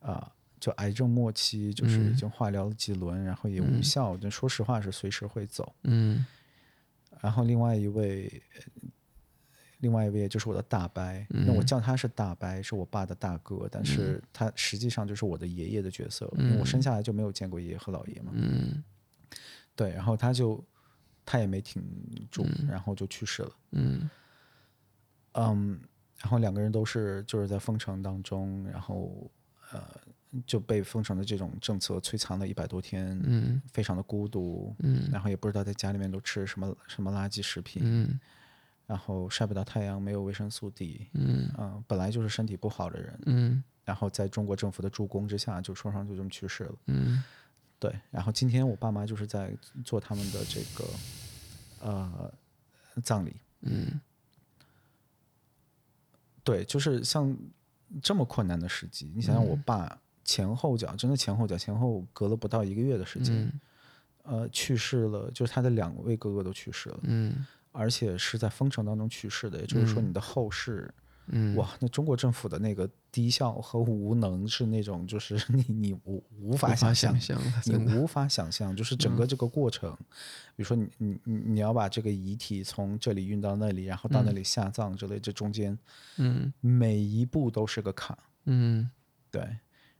Speaker 2: 啊、呃就癌症末期，就是已经化疗了几轮，然后也无效，就说实话是随时会走。
Speaker 1: 嗯
Speaker 2: 然后另外一位。呃另外一位就是我的大伯，那
Speaker 1: 嗯
Speaker 2: 我叫他是大伯，是我爸的大哥，但是他实际上就是我的爷爷的角色，因为我生下来就没有见过爷爷和姥爷嘛。
Speaker 1: 嗯
Speaker 2: 对，然后他就他也没挺住，然后就去世了。
Speaker 1: 嗯
Speaker 2: 嗯，然后两个人都是就是在封城当中，然后呃就被封城的这种政策摧残了一百多天，
Speaker 1: 嗯
Speaker 2: 非常的孤独，
Speaker 1: 嗯
Speaker 2: 然后也不知道在家里面都吃什么什么垃圾食品，
Speaker 1: 嗯
Speaker 2: 然后晒不到太阳，没有维生素 D，
Speaker 1: 嗯
Speaker 2: 嗯、本来就是身体不好的人，
Speaker 1: 嗯
Speaker 2: 然后在中国政府的助攻之下，就双双就这么去世了。
Speaker 1: 嗯
Speaker 2: 对，然后今天我爸妈就是在做他们的这个呃葬礼。
Speaker 1: 嗯，
Speaker 2: 对，就是像这么困难的时机，你想想我
Speaker 1: 嗯
Speaker 2: 爸前后脚，真的前后脚前后隔了不到一个月的时间，
Speaker 1: 嗯
Speaker 2: 呃，去世了，就是他的两位哥哥都去世了，
Speaker 1: 嗯
Speaker 2: 而且是在封城当中去世的，也就是说你的后事，
Speaker 1: 嗯
Speaker 2: 嗯，哇，那中国政府的那个低效和无能是那种，就是 你你无无法
Speaker 1: 无法
Speaker 2: 想象
Speaker 1: 想，象的，
Speaker 2: 你
Speaker 1: 真的嗯
Speaker 2: 无法想象，就是整个这个过程，比如说你你你你要把这个遗体从这里运到那里，然后到那里下葬之类，这中间
Speaker 1: 嗯
Speaker 2: 每一步都是个坎。
Speaker 1: 嗯
Speaker 2: 对，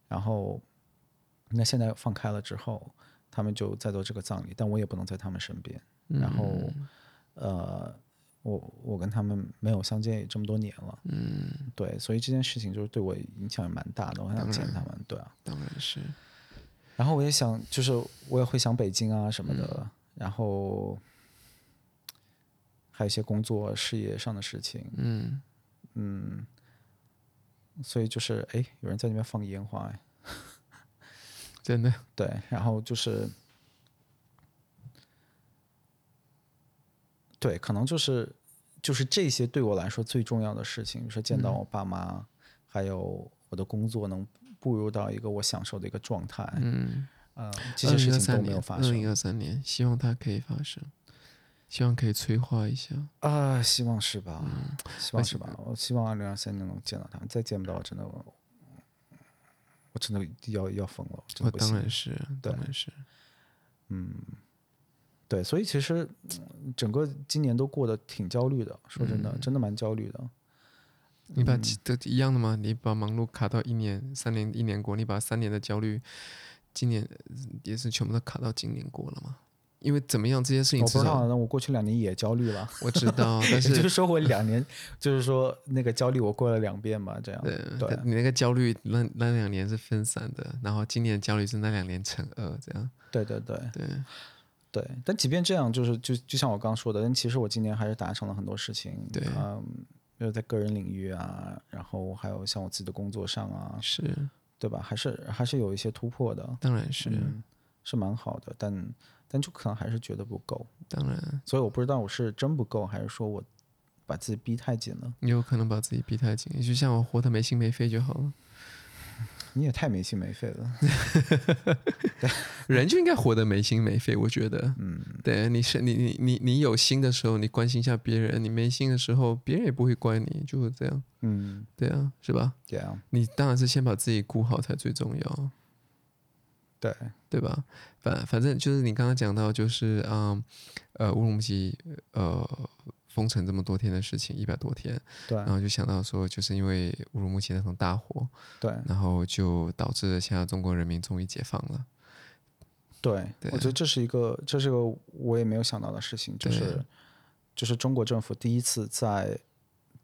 Speaker 2: 然后那现在放开了之后，他们就在做这个葬礼，但我也不能在他们身边。然后，
Speaker 1: 嗯
Speaker 2: 呃，我我跟他们没有相见也这么多年了，
Speaker 1: 嗯，
Speaker 2: 对，所以这件事情就是对我影响也蛮大的，我很想见他们，对啊。
Speaker 1: 当然是，
Speaker 2: 然后我也想，就是我也会想北京啊什么的，
Speaker 1: 嗯
Speaker 2: 然后还有一些工作事业上的事情，
Speaker 1: 嗯，
Speaker 2: 所以就是哎，有人在那边放烟花哎。
Speaker 1: 真的，
Speaker 2: 对，然后就是，对，可能就是就是这些对我来说最重要的事情，就是见
Speaker 1: 嗯
Speaker 2: 到我爸妈，还有我的工作能步入到一个我享受的一个状态，
Speaker 1: 嗯，
Speaker 2: 呃，这
Speaker 1: 二零
Speaker 2: 些事
Speaker 1: 二
Speaker 2: 情
Speaker 1: 三
Speaker 2: 都没有
Speaker 1: 年，
Speaker 2: 发
Speaker 1: 二
Speaker 2: 生
Speaker 1: 零二三年，希望它可以发生，希望可以催化一下，
Speaker 2: 啊、希望是吧？
Speaker 1: 嗯
Speaker 2: 希望
Speaker 1: 而
Speaker 2: 是吧？我希望二零二三年能见到他们，再见不到真的我，我真的要要疯了，我真
Speaker 1: 我
Speaker 2: 的不
Speaker 1: 哦当
Speaker 2: 行。
Speaker 1: 然是，当然是，
Speaker 2: 对，所以其实嗯整个今年都过得挺焦虑的，说真的，真的蛮焦虑的。
Speaker 1: 你
Speaker 2: 嗯
Speaker 1: 把其都一样的嘛，你把忙碌卡到一年、三年、一年过，你把三年的焦虑，今年呃也是全部都卡到今年过了嘛？因为怎么样，这些事情
Speaker 2: 我
Speaker 1: 至
Speaker 2: 不知
Speaker 1: 少
Speaker 2: 道，那我过去两年也焦虑了，
Speaker 1: 我 知道，但
Speaker 2: 也就是是说我两年，就是说那个焦虑我过了两遍吧，这样。
Speaker 1: 呃
Speaker 2: 对
Speaker 1: 你那个焦虑那那两年是分散的，然后今年的焦虑是那两年乘二这样。
Speaker 2: 对对对
Speaker 1: 对，
Speaker 2: 对，但即便这样，就是就就像我刚说的，但其实我今年还是达成了很多事情。
Speaker 1: 对
Speaker 2: 嗯，就是在个人领域啊，然后还有像我自己的工作上啊，
Speaker 1: 是，
Speaker 2: 对吧？还是还是有一些突破的，
Speaker 1: 当然是，
Speaker 2: 嗯，是蛮好的，但但就可能还是觉得不够。
Speaker 1: 当然，
Speaker 2: 所以我不知道我是真不够，还是说我把自己逼太紧了。
Speaker 1: 你有可能把自己逼太紧，就像我活得没心没肺就好了。
Speaker 2: 你也太没心没肺了。嗯
Speaker 1: 人就应该活得没心没肺，我觉得，嗯，对，你是你你你你有心的时候，你关心一下别人；你没心的时候，别人也不会怪你，就是这样，
Speaker 2: 嗯，
Speaker 1: 对啊，是吧？
Speaker 2: 对啊，
Speaker 1: 你当然是先把自己顾好才最重要，
Speaker 2: 对，
Speaker 1: 对吧？反反正就是你刚刚讲到，就是嗯，呃，乌鲁木齐呃封城这么多天的事情，一百多天，
Speaker 2: 对
Speaker 1: 然，后就想到说，就是因为乌鲁木齐那场大火，
Speaker 2: 对，
Speaker 1: 然后就导致了现在中国人民终于解放了，
Speaker 2: 对，我觉得这是一个，这是个我也没有想到的事情，就是就是中国政府第一次在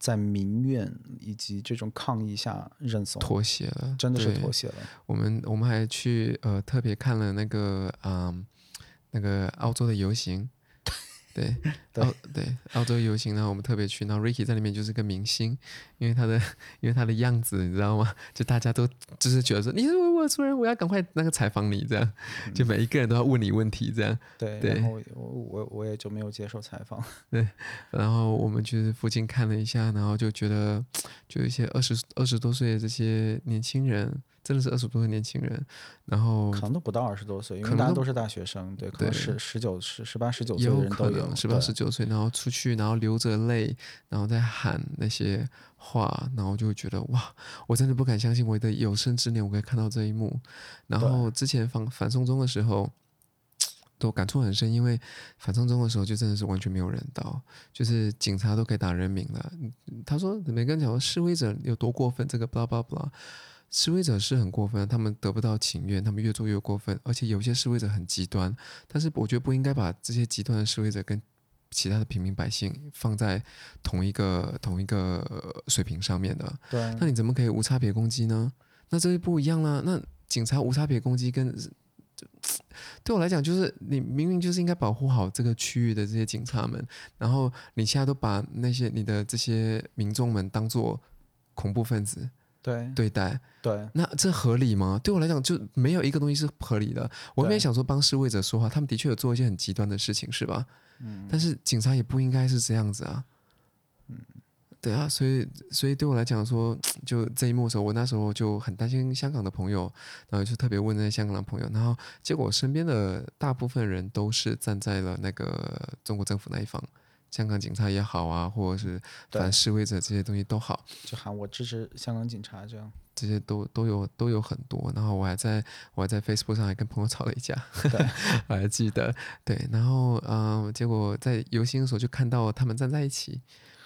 Speaker 2: 在民怨以及这种抗议下认怂，
Speaker 1: 妥协了，
Speaker 2: 哦真的是
Speaker 1: 对
Speaker 2: 妥协了。
Speaker 1: 我们我们还去呃特别看了那个嗯、那个澳洲的游行，对
Speaker 2: 对
Speaker 1: 澳对澳洲游行，然后我们特别去，然后 Ricky 在里面就是个明星，因为他的因为他的样子你知道吗？就大家都就是觉得说你是维吾尔族人，我要赶快那个采访你这样，就每一个人都要问你问题这样，
Speaker 2: 对，
Speaker 1: 对
Speaker 2: 然后我我我也就没有接受采访。
Speaker 1: 然后我们去附近看了一下，然后就觉得，就一些二十二十多岁的这些年轻人，真的是二十多岁的年轻人，然后
Speaker 2: 可能都不到二十多岁，因
Speaker 1: 可
Speaker 2: 为
Speaker 1: 能
Speaker 2: 大家
Speaker 1: 都
Speaker 2: 都是大学生，对，可能
Speaker 1: 对
Speaker 2: 十十九、十十八、十九
Speaker 1: 也
Speaker 2: 岁的人
Speaker 1: 可
Speaker 2: 都有，
Speaker 1: 能十八
Speaker 2: 对
Speaker 1: 十九岁，然后出去，然后流着泪，然后再喊那些话，然后就会觉得哇，我真的不敢相信我的有生之年我可以看到这一幕。然
Speaker 2: 对
Speaker 1: 后之前反反送中的时候。都感触很深，因为反送中的时候就真的是完全没有人道，就是警察都可以打人名了。嗯他说每个人讲说示威者有多过分，这个 blah blah blah，示威者是很过分，他们得不到情愿，他们越做越过分，而且有些示威者很极端，但是我觉得不应该把这些极端的示威者跟其他的平民百姓放在同一个同一个呃水平上面的。
Speaker 2: 对，
Speaker 1: 那你怎么可以无差别攻击呢？那这就不一样啦。那警察无差别攻击跟就对我来讲，就是你明明就是应该保护好这个区域的这些警察们，然后你现在都把那些你的这些民众们当做恐怖分子
Speaker 2: 对
Speaker 1: 对待，
Speaker 2: 对
Speaker 1: 那这合理吗？对我来讲，就没有一个东西是合理的。我也没
Speaker 2: 对
Speaker 1: 想说帮示威者说话，他们的确有做一些很极端的事情，是吧？嗯。但是警察也不应该是这样子啊。嗯。对啊，所以所以对我来讲说，就这一幕的时候，我那时候就很担心香港的朋友，然后就特别问那些香港的朋友，然后结果身边的大部分人都是站在了那个中国政府那一方。香港警察也好啊，或者是
Speaker 2: 对
Speaker 1: 反示威者这些东西都好，
Speaker 2: 就喊我支持香港警察这样。
Speaker 1: 这些都都有都有很多。然后我还在我还在 Facebook 上还跟朋友吵了一架， 我还记得。对，然后嗯、呃结果在游行的时候就看到他们站在一起，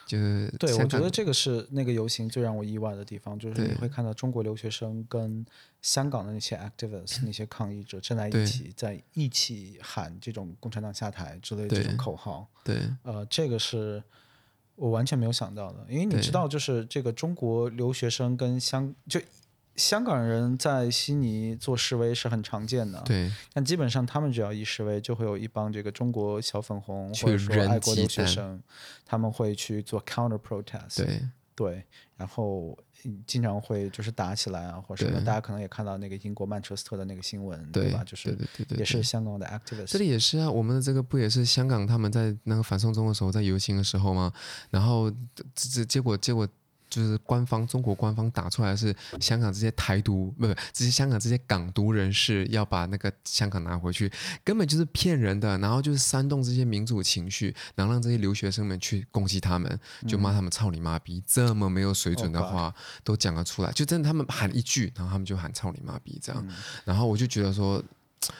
Speaker 1: 就是
Speaker 2: 对，我
Speaker 1: 香
Speaker 2: 觉
Speaker 1: 港
Speaker 2: 得这个是那个游行最让我意外的地方，就是你
Speaker 1: 对
Speaker 2: 会看到中国留学生跟香港的那些 activists、那些抗议者站在
Speaker 1: 对
Speaker 2: 一起，在一起喊这种“共产党下台”之类的这
Speaker 1: 对
Speaker 2: 种口号。
Speaker 1: 对
Speaker 2: 呃，这个是我完全没有想到的，因为你
Speaker 1: 对
Speaker 2: 知道，就是这个中国留学生跟香就香港人在悉尼做示威是很常见的，
Speaker 1: 对
Speaker 2: 但基本上他们只要一示威，就会有一帮这个中国小粉红
Speaker 1: 去
Speaker 2: 或者说
Speaker 1: 人
Speaker 2: 爱国
Speaker 1: 鸡
Speaker 2: 留学
Speaker 1: 蛋
Speaker 2: 生，他们会去做 counter protest，
Speaker 1: 对
Speaker 2: 对，然后嗯经常会就是打起来啊或者什么，
Speaker 1: 对
Speaker 2: 大家可能也看到那个英国曼彻斯特的那个新闻，
Speaker 1: 对
Speaker 2: 吧？就是
Speaker 1: 对对对对
Speaker 2: 也是
Speaker 1: 对
Speaker 2: 香港的 activist，
Speaker 1: 这里也是啊，我们的这个不也是香港他们在那个反送中的时候，在游行的时候吗？然后这这结果结果就是官方中国官方打出来是香港这些台独不是这些香港这些港独人士要把那个香港拿回去，根本就是骗人的，然后就是煽动这些民主情绪，然后让这些留学生们去攻击他们，就骂他们操你妈逼，这么没有水准的
Speaker 2: Oh God
Speaker 1: 话都讲得出来，就真的他们喊一句，然后他们就喊操你妈逼这样，然后我就觉得说。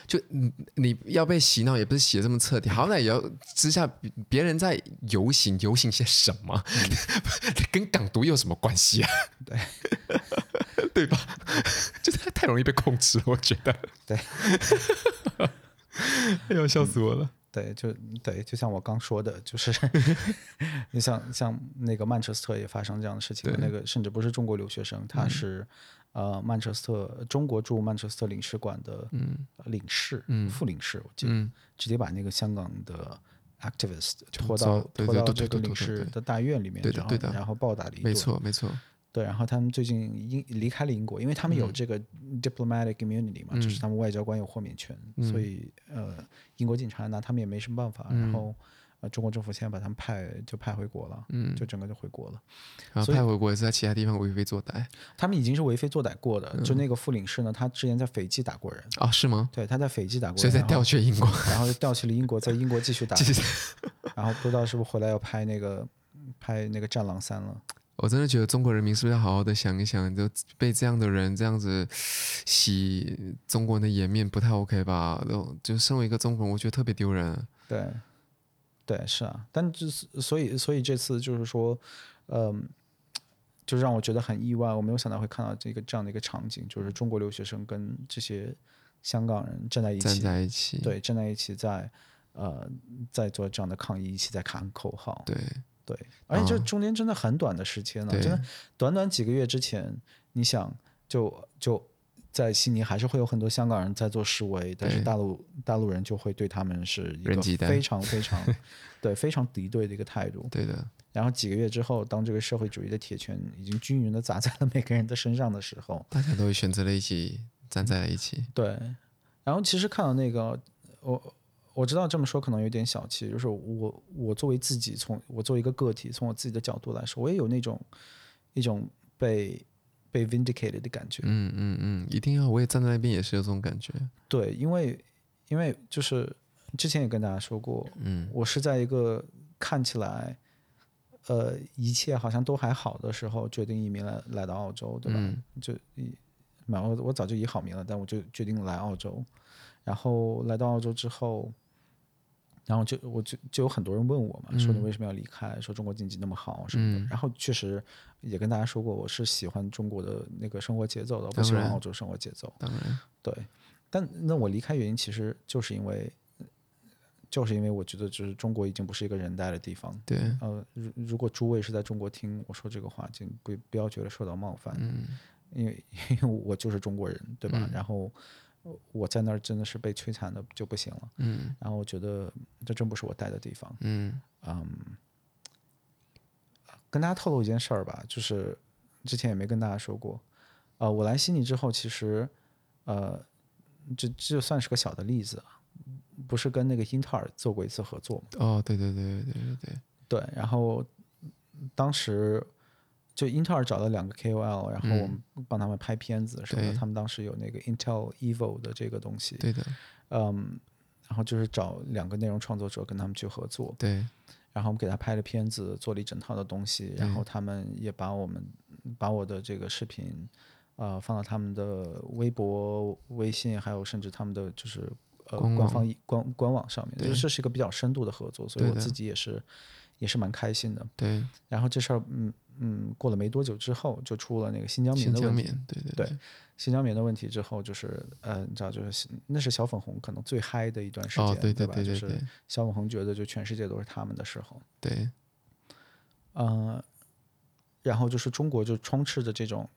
Speaker 1: 就你你要被洗脑，也不是洗的这么彻底，好歹也要之下别别人在游行，游行些什么， 跟港独有什么关系啊？对， 对吧？ 就是太太容易被控制了，我觉得。
Speaker 2: 对，
Speaker 1: 哎呦，笑死我了。
Speaker 2: 对，就对，就像我刚说的，就是 你像像那个曼彻斯特也发生这样的事情，那个甚至不是中国留学生，
Speaker 1: 嗯
Speaker 2: 他是、呃曼彻斯特中国驻曼彻斯特领事馆的
Speaker 1: 嗯
Speaker 2: 呃领事，副领事，我记得、直接把那个香港的 activist 拖到
Speaker 1: 对对
Speaker 2: 拖到
Speaker 1: 对对
Speaker 2: 这个
Speaker 1: 对对
Speaker 2: 领
Speaker 1: 对
Speaker 2: 事
Speaker 1: 对
Speaker 2: 的大院里面，
Speaker 1: 对的
Speaker 2: 然后
Speaker 1: 对的
Speaker 2: 然后暴打了一顿，
Speaker 1: 嗯没错，没错，
Speaker 2: 对，然后他们最近英离开了英国，因为他们有这个 diplomatic immunity 嘛，就是他们外交官有豁免权，所以呃，英国警察拿他们也没什么办法。然后呃，中国政府现在把他们派就派回国了，嗯，就整个就回国了。
Speaker 1: 然后派回国也是在其他地方为非作歹
Speaker 2: 他们已经是为非作歹过的，就那个副领事呢，他之前在斐济打过人，
Speaker 1: 哦，是吗？
Speaker 2: 对，他在斐济打过
Speaker 1: 所以
Speaker 2: 人，
Speaker 1: 在
Speaker 2: 然
Speaker 1: 调
Speaker 2: 后
Speaker 1: 去英国，
Speaker 2: 然后就调去了英国，在英国继续打
Speaker 1: 其实
Speaker 2: 人， 然后不知道是不是回来要拍那个拍那个《战狼三》了。
Speaker 1: 我真的觉得中国人民是不是要好好的想一想，就被这样的人这样子洗中国人的颜面不太 OK 吧？就就身为一个中国人，我觉得特别丢人。啊
Speaker 2: 对，对，是啊，但就是所以所以这次就是说，嗯，就让我觉得很意外，我没有想到会看到这个这样的一个场景，就是中国留学生跟这些香港人站在一
Speaker 1: 站
Speaker 2: 起，
Speaker 1: 在一起，
Speaker 2: 对，站在一起在呃在做这样的抗议，一起在喊口号，
Speaker 1: 对啊
Speaker 2: 对，而且这中间真的很短的时间了，
Speaker 1: 对
Speaker 2: 真的短短几个月之前，你想就就在悉尼还是会有很多香港人在做示威，但是
Speaker 1: 对
Speaker 2: 大陆大陆人就会对他们是一
Speaker 1: 人
Speaker 2: 个
Speaker 1: 鸡蛋
Speaker 2: 非常非 常对非常敌对的一个态度。
Speaker 1: 对的，
Speaker 2: 然后几个月之后，当这个社会主义的铁拳已经均匀的砸在了每个人的身上的时候，
Speaker 1: 大家都会选择了一起站在了一起。
Speaker 2: 对，然后其实看到那个，我我知道这么说可能有点小气，就是我我作为自己从我作为一个个体，从我自己的角度来说，我也有那种一种被被 vindicated 的感觉。
Speaker 1: 嗯嗯嗯，一定要，我也站在那边也是有这种感觉。
Speaker 2: 对，因为因为就是之前也跟大家说过，
Speaker 1: 嗯，
Speaker 2: 我是在一个看起来。呃，一切好像都还好的时候，决定移民来来到澳洲，对吧？
Speaker 1: 嗯
Speaker 2: 就一，蛮我我早就移好民了，但我就决定来澳洲。然后来到澳洲之后，然后就我就就有很多人问我嘛，
Speaker 1: 嗯
Speaker 2: 说你为什么要离开？说中国经济那么好什么的。然后确实也跟大家说过，我是喜欢中国的那个生活节奏的，我不
Speaker 1: 当
Speaker 2: 喜欢
Speaker 1: 然
Speaker 2: 澳洲生活节奏。
Speaker 1: 当然，
Speaker 2: 对，但那我离开原因其实就是因为，就是因为我觉得就是中国已经不是一个人待的地方。
Speaker 1: 对，
Speaker 2: 呃，如如果诸位是在中国听我说这个话，请不不要觉得受到冒犯，因为因为我就是中国人，对吧？然后呃我在那儿真的是被摧残的就不行了，嗯，然后我觉得这真不是我待的地方，
Speaker 1: 嗯
Speaker 2: 跟大家透露一件事儿吧，就是之前也没跟大家说过，呃，我来悉尼之后，其实呃，这这就算是个小的例子啊，不是跟那个英特尔做过一次合作吗？
Speaker 1: 哦，对对对对对对
Speaker 2: 对，然后当时就英特尔找了两个 KOL，然后我们帮他们拍片子什么的。
Speaker 1: 嗯对
Speaker 2: 他们当时有那个 Intel Evo 的这个东西，
Speaker 1: 对的，
Speaker 2: 嗯，然后就是找两个内容创作者跟他们去合作。
Speaker 1: 对
Speaker 2: 然后我们给他拍了片子，做了一整套的东西，然后他们也把我们把我的这个视频，呃，放到他们的微博、微信，还有甚至他们的就是呃
Speaker 1: 官
Speaker 2: 官
Speaker 1: 网
Speaker 2: 方官官网上面，就是这是一个比较深度的合作，所以
Speaker 1: 对
Speaker 2: 我
Speaker 1: 的
Speaker 2: 自己也是也是蛮开心的。
Speaker 1: 对，
Speaker 2: 然后这事儿，嗯嗯，过了没多久之后，就出了那个新疆棉
Speaker 1: 新
Speaker 2: 的
Speaker 1: 疆
Speaker 2: 问题。
Speaker 1: 棉，对对
Speaker 2: 对新疆棉的问题之后，就是呃，你知道，就是那是小粉红可能最嗨的一段时间，
Speaker 1: 哦，对对
Speaker 2: 对吧？
Speaker 1: 对
Speaker 2: 就
Speaker 1: 对
Speaker 2: 是
Speaker 1: 对
Speaker 2: 小粉红觉得就全世界都是他们的时候，
Speaker 1: 对，
Speaker 2: 呃，然后就是中国就充斥着这种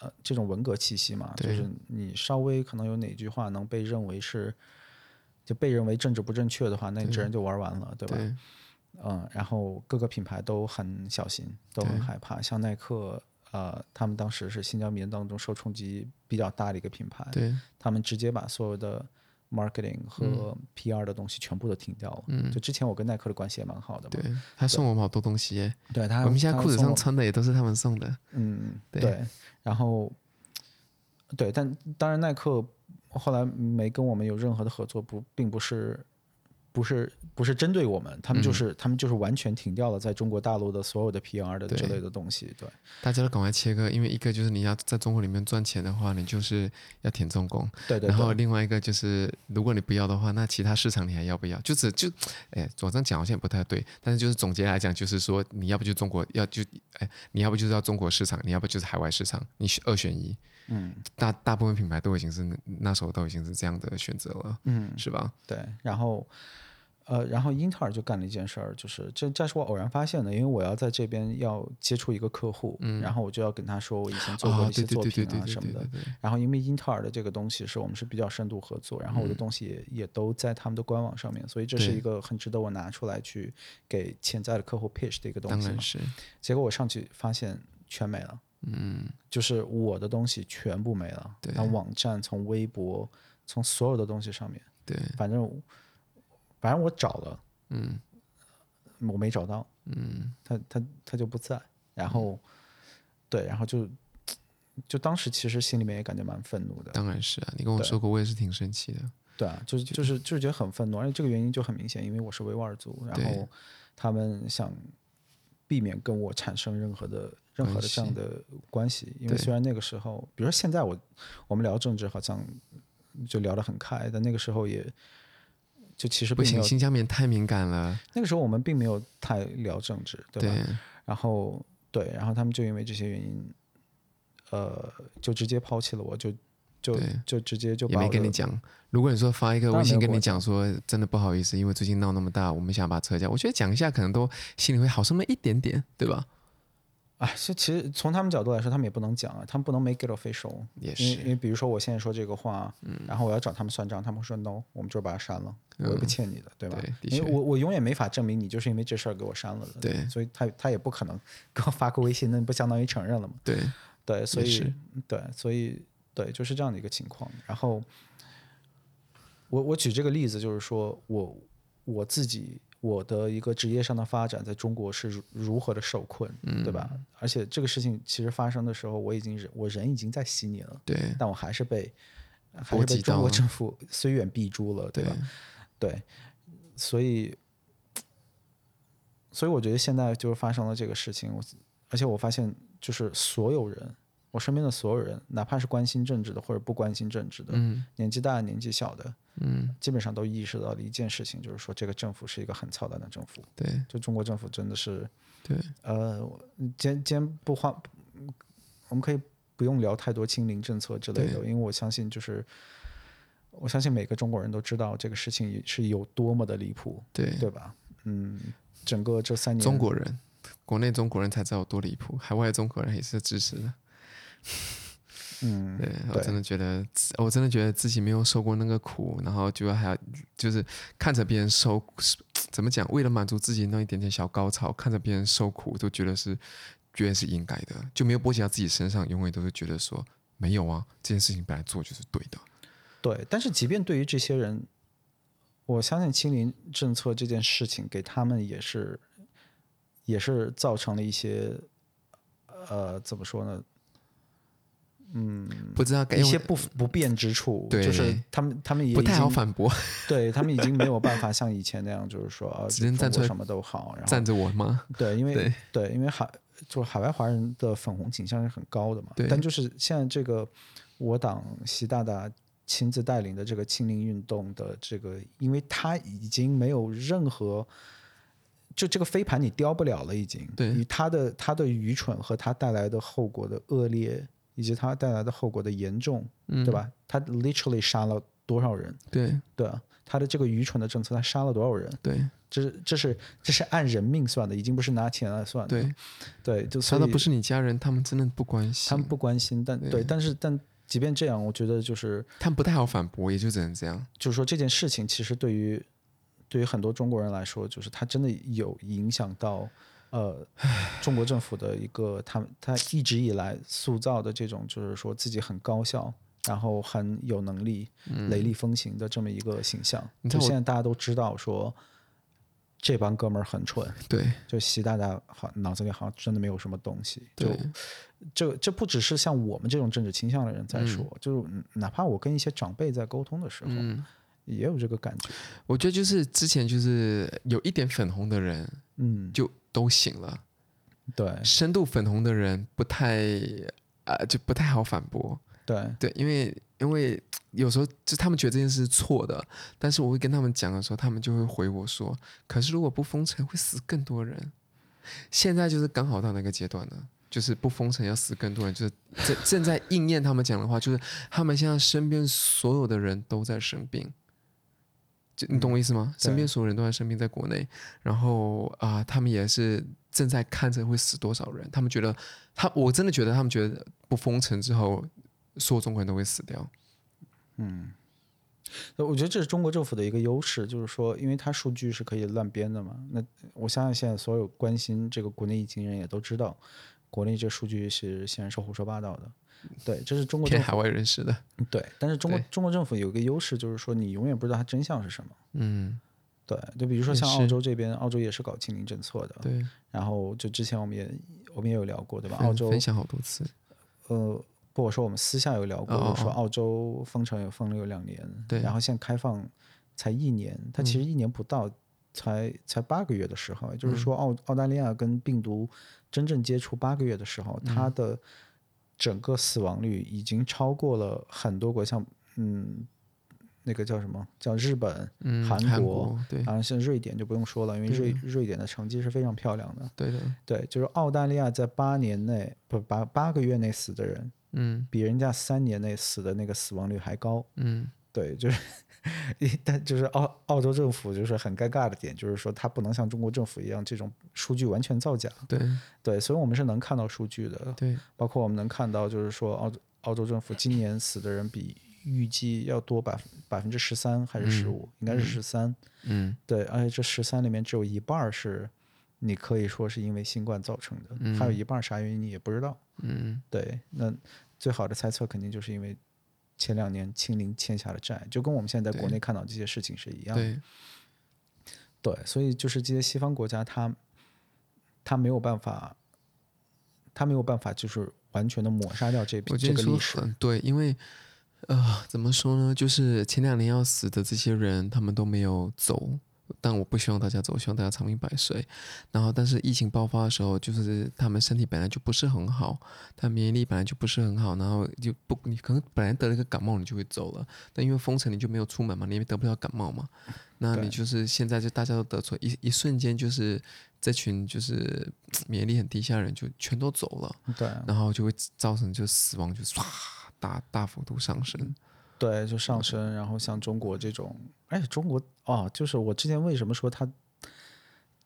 Speaker 2: 呃这种文革气息嘛，就
Speaker 1: 对
Speaker 2: 是你稍微可能有哪句话能被认为是就被认为政治不正确的话，那你这人就玩完了，对吧？
Speaker 1: 对
Speaker 2: 嗯，然后各个品牌都很小心，都很
Speaker 1: 对
Speaker 2: 害怕，像耐克。呃，他们当时是新疆棉当中受冲击比较大的一个品牌，
Speaker 1: 对，
Speaker 2: 他们直接把所有的 marketing 和 PR 的东西全部都停掉了。就之前我跟耐克的关系也蛮好的嘛，
Speaker 1: 对，他送我们好多东西耶，
Speaker 2: 对他
Speaker 1: 我们现在
Speaker 2: 他
Speaker 1: 裤子
Speaker 2: 送
Speaker 1: 上
Speaker 2: 我
Speaker 1: 穿的也都是他们送的，
Speaker 2: 嗯，
Speaker 1: 对
Speaker 2: 对，然后对，但当然耐克后来没跟我们有任何的合作，不，并不是。不是不是针对我们，他们
Speaker 1: 嗯
Speaker 2: 就是、他们就是完全停掉了在中国大陆的所有的 PR 的之
Speaker 1: 对
Speaker 2: 类的东西，对
Speaker 1: 大家都赶快切割，因为一个就是你要在中国里面赚钱的话，你就是要填重工，
Speaker 2: 对对
Speaker 1: 然后
Speaker 2: 对，
Speaker 1: 另外一个就是，如果你不要的话，那其他市场你还要不要？就只就，哎，我这样讲好像也不太对，但是就是总结来讲，就是说你要不就中国要就，哎，你要不就是要中国市场，你要不就是海外市场，你选二选一。
Speaker 2: 嗯
Speaker 1: 大大部分品牌都已经是那那时候都已经是这样的选择了，
Speaker 2: 嗯，
Speaker 1: 是吧？
Speaker 2: 对，然后，呃，然后英特尔就干了一件事儿，就是这这是我偶然发现的，因为我要在这边要接触一个客户，然后我就要跟他说我以前做过
Speaker 1: 啊，
Speaker 2: 一些
Speaker 1: 嗯对对
Speaker 2: 作
Speaker 1: 对对
Speaker 2: 品
Speaker 1: 对
Speaker 2: 啊
Speaker 1: 对
Speaker 2: 什么
Speaker 1: 对
Speaker 2: 的。
Speaker 1: 对对，
Speaker 2: 然后因为英特尔的这个东西是我们是比较深度合作，然后我的东西也、也都在他们的官网上面，所以这
Speaker 1: 嗯
Speaker 2: 是
Speaker 1: 对
Speaker 2: 一个很值得我拿出来去给潜在的客户 pitch 的一个东
Speaker 1: 当
Speaker 2: 西嘛
Speaker 1: 然。是，
Speaker 2: 结果我上去发现全没了，
Speaker 1: 嗯，
Speaker 2: 就是我的东西全部没了，
Speaker 1: 对
Speaker 2: 那网站从微博从所有的东西上面。
Speaker 1: 对，
Speaker 2: 反正我反正我找了，
Speaker 1: 嗯
Speaker 2: 我没找到，
Speaker 1: 嗯，
Speaker 2: 他他他就不在，然后、对，然后就就当时其实心里面也感觉蛮愤怒的，
Speaker 1: 当然是啊，你跟我
Speaker 2: 对
Speaker 1: 说过，我也是挺生气的，
Speaker 2: 对啊，就是就是就是觉得很愤怒，而且这个原因就很明显，因为我是维吾尔族，然
Speaker 1: 对
Speaker 2: 后他们想避免跟我产生任何的任何
Speaker 1: 关
Speaker 2: 的这样
Speaker 1: 系
Speaker 2: 的关系，因为
Speaker 1: 对
Speaker 2: 虽然那个时候，比如说现在我我们聊政治好像就聊得很开，但那个时候也。就其实
Speaker 1: 不
Speaker 2: 并没
Speaker 1: 行，
Speaker 2: 有
Speaker 1: 新疆棉太敏感了，
Speaker 2: 那个时候我们并没有太聊政治，对吧？
Speaker 1: 对
Speaker 2: 然后对，然后他们就因为这些原因，呃，就直接抛弃了我，就就
Speaker 1: 对
Speaker 2: 就直接就
Speaker 1: 也
Speaker 2: 把
Speaker 1: 没
Speaker 2: 我
Speaker 1: 跟
Speaker 2: 的
Speaker 1: 你讲。如果你说发一个
Speaker 2: 当
Speaker 1: 微
Speaker 2: 然没有
Speaker 1: 信跟
Speaker 2: 跟我
Speaker 1: 你讲说，真的不好意思，因为最近闹那么大，我们想把车价，我觉得讲一下可能都心里会好受那么一点点，对吧？
Speaker 2: 哎，这其实从他们角度来说，他们也不能讲啊，他们不能 make it official。
Speaker 1: 也
Speaker 2: 因为
Speaker 1: 是，嗯
Speaker 2: 因为比如说我现在说这个话，啊然后我要找他们算账，他们会说 no，我们就把它删了，我也不欠你的，对吧？
Speaker 1: 嗯对的
Speaker 2: 因为
Speaker 1: 确
Speaker 2: 我我永远没法证明你就是因为这事儿给我删了的，
Speaker 1: 对
Speaker 2: 所以他他也不可能给我发个微信，那你不相当于承认了吗？
Speaker 1: 对
Speaker 2: 对，所以
Speaker 1: 是
Speaker 2: 对，所以对，就是这样的一个情况。然后我我举这个例子，就是说我我自己我的一个职业上的发展，在中国是如如何的受困，对吧？而且这个事情其实发生的时候，我已经人我人已经在悉尼了，
Speaker 1: 对
Speaker 2: 但我还是被还
Speaker 1: 波
Speaker 2: 是被
Speaker 1: 及
Speaker 2: 中国
Speaker 1: 到
Speaker 2: 政府虽远必诛了，对
Speaker 1: 对
Speaker 2: 吧？对，所以，所以我觉得现在就是发生了这个事情，我而且我发现就是所有人，我身边的所有人，哪怕是关心政治的或者不关心政治的，
Speaker 1: 嗯
Speaker 2: 年纪大的年纪小的，
Speaker 1: 嗯，
Speaker 2: 基本上都意识到了一件事情，就是说这个政府是一个很操蛋的政府，
Speaker 1: 对
Speaker 2: 就中国政府真的是，
Speaker 1: 对
Speaker 2: 呃，今今不花，嗯我们可以不用聊太多清零政策之类的，因为我相信就是。我相信每个中国人都知道这个事情是有多么的离谱，
Speaker 1: 对，
Speaker 2: 对吧？嗯，整个这三年，
Speaker 1: 中国人，国内中国人才知道有多离谱，海外中国人也是支持的。
Speaker 2: 嗯，
Speaker 1: 对我
Speaker 2: 对
Speaker 1: 真的觉得自，我真的觉得自己没有受过那个苦，然后就还要就是看着别人受，怎么讲？为了满足自己那一点点小高潮，看着别人受苦，都觉得是觉得是应该的，就没有波及到自己身上，永远都是觉得说没有啊，这件事情本来做就是对的。
Speaker 2: 对。但是即便对于这些人，我相信清零政策这件事情给他们也是，也是造成了一些，呃，怎么说呢？
Speaker 1: 不知道该
Speaker 2: 一
Speaker 1: 用
Speaker 2: 些不不便之处，
Speaker 1: 对
Speaker 2: 就是他们他们也
Speaker 1: 不
Speaker 2: 已
Speaker 1: 太好
Speaker 2: 经哦
Speaker 1: 反驳，
Speaker 2: 对他们已经没有办法像以前那样，就是说啊，
Speaker 1: 只能
Speaker 2: 中
Speaker 1: 站
Speaker 2: 国
Speaker 1: 出来
Speaker 2: 什么都好，然 后
Speaker 1: 站着我吗？
Speaker 2: 对，因为
Speaker 1: 对
Speaker 2: 因为海就是海外华人的粉红倾向是很高的嘛
Speaker 1: 对，
Speaker 2: 但就是现在这个我党习大大亲自带领的这个清零运动的这个，因为他已经没有任何。就这个飞盘你叼不了了，已经。
Speaker 1: 对
Speaker 2: 以他的他的愚蠢和他带来的后果的恶劣，以及他带来的后果的严重，
Speaker 1: 嗯
Speaker 2: 对吧？他 literally 杀了多少人？
Speaker 1: 对
Speaker 2: 对啊，他的这个愚蠢的政策，他杀了多少人？
Speaker 1: 对
Speaker 2: 这是这是这是按人命算的，已经不是拿钱来算的。
Speaker 1: 对，
Speaker 2: 对，就
Speaker 1: 他
Speaker 2: 嗯所
Speaker 1: 都
Speaker 2: 以
Speaker 1: 不是你家人，他们真的不关心，
Speaker 2: 他们不关心，但对，但是但即便这样，我觉得就是
Speaker 1: 他们不太好反驳，也就只能这样。
Speaker 2: 就是说这件事情，其实对于对于很多中国人来说，就是它真的有影响到呃中国政府的一个他们他一直以来塑造的这种就是说自己很高效。然后很有能力、雷厉风行的这么一个形象，
Speaker 1: 嗯你知
Speaker 2: 就
Speaker 1: 道我
Speaker 2: 现在大家都知道说，这帮哥们儿很蠢，
Speaker 1: 对
Speaker 2: 就习大大好脑子里好像真的没有什么东西。就
Speaker 1: 对
Speaker 2: 这这不只是像我们这种政治倾向的人在说，
Speaker 1: 嗯
Speaker 2: 就是哪怕我跟一些长辈在沟通的时候，也有这个感觉。
Speaker 1: 我觉得就是之前就是有一点粉红的人
Speaker 2: 嗯，
Speaker 1: 就都醒了，
Speaker 2: 对
Speaker 1: 深度粉红的人不太呃就不太好反驳。
Speaker 2: 对
Speaker 1: 对，因为因为有时候就他们觉得这件事是错的，但是我会跟他们讲的时候，他们就会回我说：“可是如果不封城，会死更多人。”现在就是刚好到那个阶段了。就是不封城要死更多人，就是正正在应验他们讲的话，就是他们现在身边所有的人都在生病，就你懂我意思吗？
Speaker 2: 对
Speaker 1: 身边所有人都在生病，在国内，然后啊、他们也是正在看着会死多少人，他们觉得他，我真的觉得他们觉得不封城之后，所有中国人都会死掉。
Speaker 2: 那我觉得这是中国政府的一个优势，就是说，因为它数据是可以乱编的嘛。那我相信现在所有关心这个国内疫情人也都知道，国内这数据是显然是胡说八道的。对，这是中国政
Speaker 1: 骗
Speaker 2: 府
Speaker 1: 海外人士的，
Speaker 2: 对，但是中国
Speaker 1: 对
Speaker 2: 中国政府有一个优势，就是说你永远不知道它真相是什么。
Speaker 1: 嗯，
Speaker 2: 对，就比如说
Speaker 1: 也
Speaker 2: 像
Speaker 1: 是
Speaker 2: 澳洲这边，澳洲也是搞清零政策的。
Speaker 1: 对，
Speaker 2: 然后就之前我们也我们也有聊过，对吧？
Speaker 1: 嗯
Speaker 2: 澳洲
Speaker 1: 分享好多次，
Speaker 2: 呃，不，我说我们私下有聊过，
Speaker 1: 哦哦
Speaker 2: 说
Speaker 1: 哦
Speaker 2: 澳洲封城也封了有两年，
Speaker 1: 对嗯
Speaker 2: 然后现在开放才一年，它其实一年不到，才才八个月的时候，也就是说澳澳大利亚跟病毒真正接触八个月的时候，它
Speaker 1: 嗯
Speaker 2: 的整个死亡率已经超过了很多国，像嗯。那个叫什么？叫日本、
Speaker 1: 嗯，
Speaker 2: 韩
Speaker 1: 韩
Speaker 2: 国
Speaker 1: 对，
Speaker 2: 啊，像瑞典就不用说了，因为
Speaker 1: 哎对啊
Speaker 2: 瑞瑞典的成绩是非常漂亮的。
Speaker 1: 对的，
Speaker 2: 对，就是澳大利亚在八年内不八八个月内死的人，
Speaker 1: 嗯
Speaker 2: 比人家三年内死的那个死亡率还高。
Speaker 1: 嗯，
Speaker 2: 对，就是一，但就是澳澳洲政府就是很尴尬的点，就是说它不能像中国政府一样这种数据完全造假。
Speaker 1: 对
Speaker 2: 对，所以我们是能看到数据的，
Speaker 1: 对，
Speaker 2: 包括我们能看到就是说澳洲澳洲政府今年死的人比预计要多百分百分之十三还是十五、应该是十三、
Speaker 1: 嗯
Speaker 2: 对，而且这十三里面只有一半儿是你可以说是因为新冠造成的，还有一半儿啥原因你也不知道。
Speaker 1: 嗯，
Speaker 2: 对，那最好的猜测肯定就是因为前两年清零欠下的债，就跟我们现在在国内看到这些事情是一样的。
Speaker 1: 对
Speaker 2: 对，所以就是这些西方国家它，它没有办法，它没有办法就是完全的抹杀掉这
Speaker 1: 我觉
Speaker 2: 这
Speaker 1: 得
Speaker 2: 个
Speaker 1: 说
Speaker 2: 历史。
Speaker 1: 很对，因为呃，怎么说呢？就是前两年要死的这些人，他们都没有走。但我不希望大家走，希望大家长命百岁。然后，但是疫情爆发的时候，就是他们身体本来就不是很好，他免疫力本来就不是很好，然后就不，你可能本来得了一个感冒，你就会走了。但因为封城，你就没有出门嘛，你也得不了感冒嘛。那你
Speaker 2: 对
Speaker 1: 就是现在就大家都得出一一瞬间，就是这群就是免疫力很低下的人就全都走了。
Speaker 2: 对
Speaker 1: 然后就会造成就死亡就唰大大幅度上升。
Speaker 2: 对，就上升。然后像中国这种，哎，中国哦，就是我之前为什么说它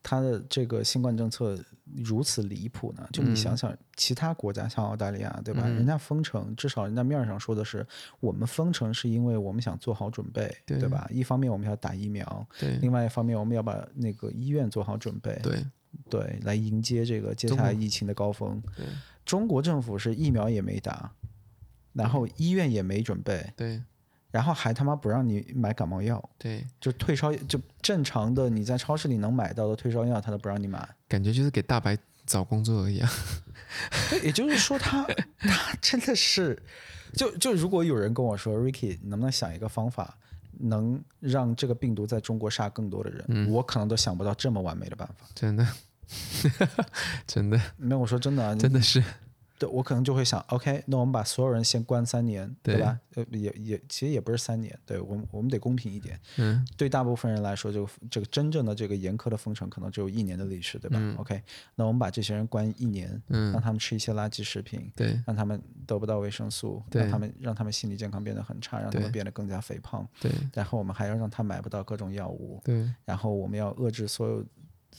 Speaker 2: 它的这个新冠政策如此离谱呢？就你
Speaker 1: 嗯
Speaker 2: 想想，其他国家像澳大利亚，对吧？人家封城，至少人家面儿上说的是，我们封城是因为我们想做好准备，对
Speaker 1: 对
Speaker 2: 吧？一方面我们要打疫苗，
Speaker 1: 对
Speaker 2: 另外一方面我们要把那个医院做好准备，
Speaker 1: 对
Speaker 2: 对，来迎接这个接下来疫情的高峰
Speaker 1: 对。
Speaker 2: 中国政府是疫苗也没打，然后医院也没准备。
Speaker 1: 对
Speaker 2: 然后还他妈不让你买感冒药，
Speaker 1: 对，
Speaker 2: 就退烧就正常的你在超市里能买到的退烧药，他都不让你买。
Speaker 1: 感觉就是给大白找工作而已啊。
Speaker 2: 对，也就是说 他他真的是，就就如果有人跟我说，Ricky，你能不能想一个方法，能让这个病毒在中国杀更多的人？我可能都想不到这么完美的办法。
Speaker 1: 真的， 真的，
Speaker 2: 没有，我说真的啊，你
Speaker 1: 真的是，
Speaker 2: 对我可能就会想，OK，那我们把所有人先关三年，对
Speaker 1: 对
Speaker 2: 吧？呃，也也其实也不是三年，对我们我们得公平一点。
Speaker 1: 嗯，
Speaker 2: 对大部分人来说，这个这个真正的这个严苛的封城可能只有一年的历史，对吧、o k 那我们把这些人关一年，
Speaker 1: 嗯
Speaker 2: 让他们吃一些垃圾食品，
Speaker 1: 对
Speaker 2: 让他们得不到维生素，
Speaker 1: 对
Speaker 2: 让他们让他们心理健康变得很差，让他们
Speaker 1: 对
Speaker 2: 变得更加肥胖，
Speaker 1: 对
Speaker 2: 然后我们还要让他买不到各种药物，
Speaker 1: 对
Speaker 2: 然后我们要遏制所有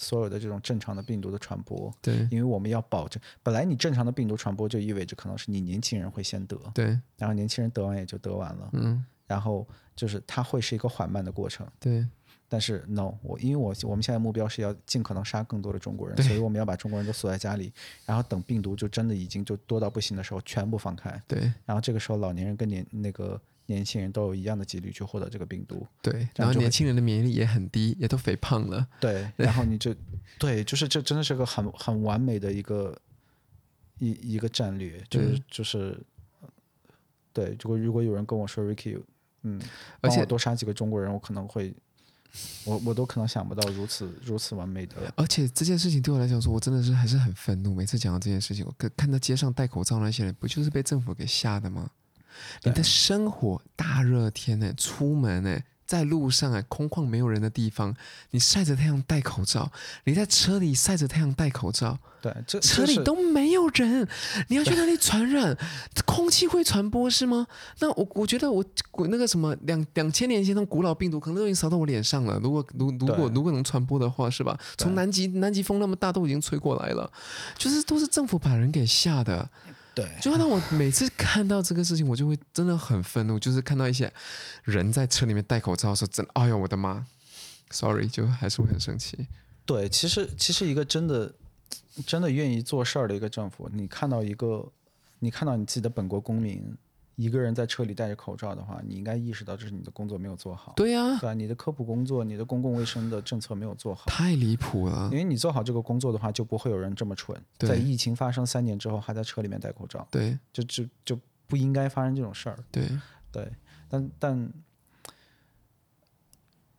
Speaker 2: 所有的这种正常的病毒的传播，
Speaker 1: 对
Speaker 2: 因为我们要保证，本来你正常的病毒传播就意味着可能是你年轻人会先得，
Speaker 1: 对，
Speaker 2: 然后年轻人得完也就得完了，
Speaker 1: 嗯，
Speaker 2: 然后就是它会是一个缓慢的过程。
Speaker 1: 对
Speaker 2: 但是 no，我因为我我们现在目标是要尽可能杀更多的中国人，所以我们要把中国人都锁在家里，然后等病毒就真的已经就多到不行的时候，全部放开，
Speaker 1: 对
Speaker 2: 然后这个时候老年人跟年那个年轻人都有一样的几率去获得这个病毒，
Speaker 1: 对，
Speaker 2: 这
Speaker 1: 然
Speaker 2: 样
Speaker 1: 后
Speaker 2: 就会
Speaker 1: 年轻人的免疫力也很低，也都肥胖了。
Speaker 2: 对，然后你就对，就是这真的是个很很完美的一个一一个战略，就是就是对，如果如果有人跟我说 Ricky，嗯，
Speaker 1: 而
Speaker 2: 帮我
Speaker 1: 且
Speaker 2: 多杀几个中国人，我可能会，我我都可能想不到如此如此完美的，
Speaker 1: 而且这件事情对我来讲说，我真的是还是很愤怒。每次讲到这件事情，我看看到街上戴口罩那些人，不就是被政府给吓的吗？你的生活大热天呢、出门呢、在路上哎、空旷没有人的地方，你晒着太阳戴口罩；你在车里晒着太阳戴口罩，
Speaker 2: 对，这
Speaker 1: 车
Speaker 2: 这
Speaker 1: 里
Speaker 2: 是
Speaker 1: 都没有人，你要去哪里传染？空气会传播是吗？那我我觉得我古那个什么两两千年前的古老病毒可能都已经扫到我脸上了。如果如如果
Speaker 2: 对
Speaker 1: 如果能传播的话，是吧？从南极南极风那么大都已经吹过来了，就是都是政府把人给吓的。
Speaker 2: 对
Speaker 1: 就让我每次看到这个事情，我就会真的很愤怒。就是看到一些人在车里面戴口罩的时候，真的哎呦我的妈！Sorry，就还是会很生气。
Speaker 2: 对，其实其实一个真的真的愿意做事儿的一个政府，你看到一个你看到你自己的本国公民一个人在车里戴着口罩的话，你应该意识到这是你的工作没有做好，
Speaker 1: 对呀、
Speaker 2: 对吧？啊你的科普工作、你的公共卫生的政策没有做好，
Speaker 1: 太离谱了
Speaker 2: 因。为你做好这个工作的话，就不会有人这么蠢，
Speaker 1: 对
Speaker 2: 在疫情发生三年之后还在车里面戴口罩，
Speaker 1: 对
Speaker 2: 就就就不应该发生这种事儿。
Speaker 1: 对。
Speaker 2: 对，但但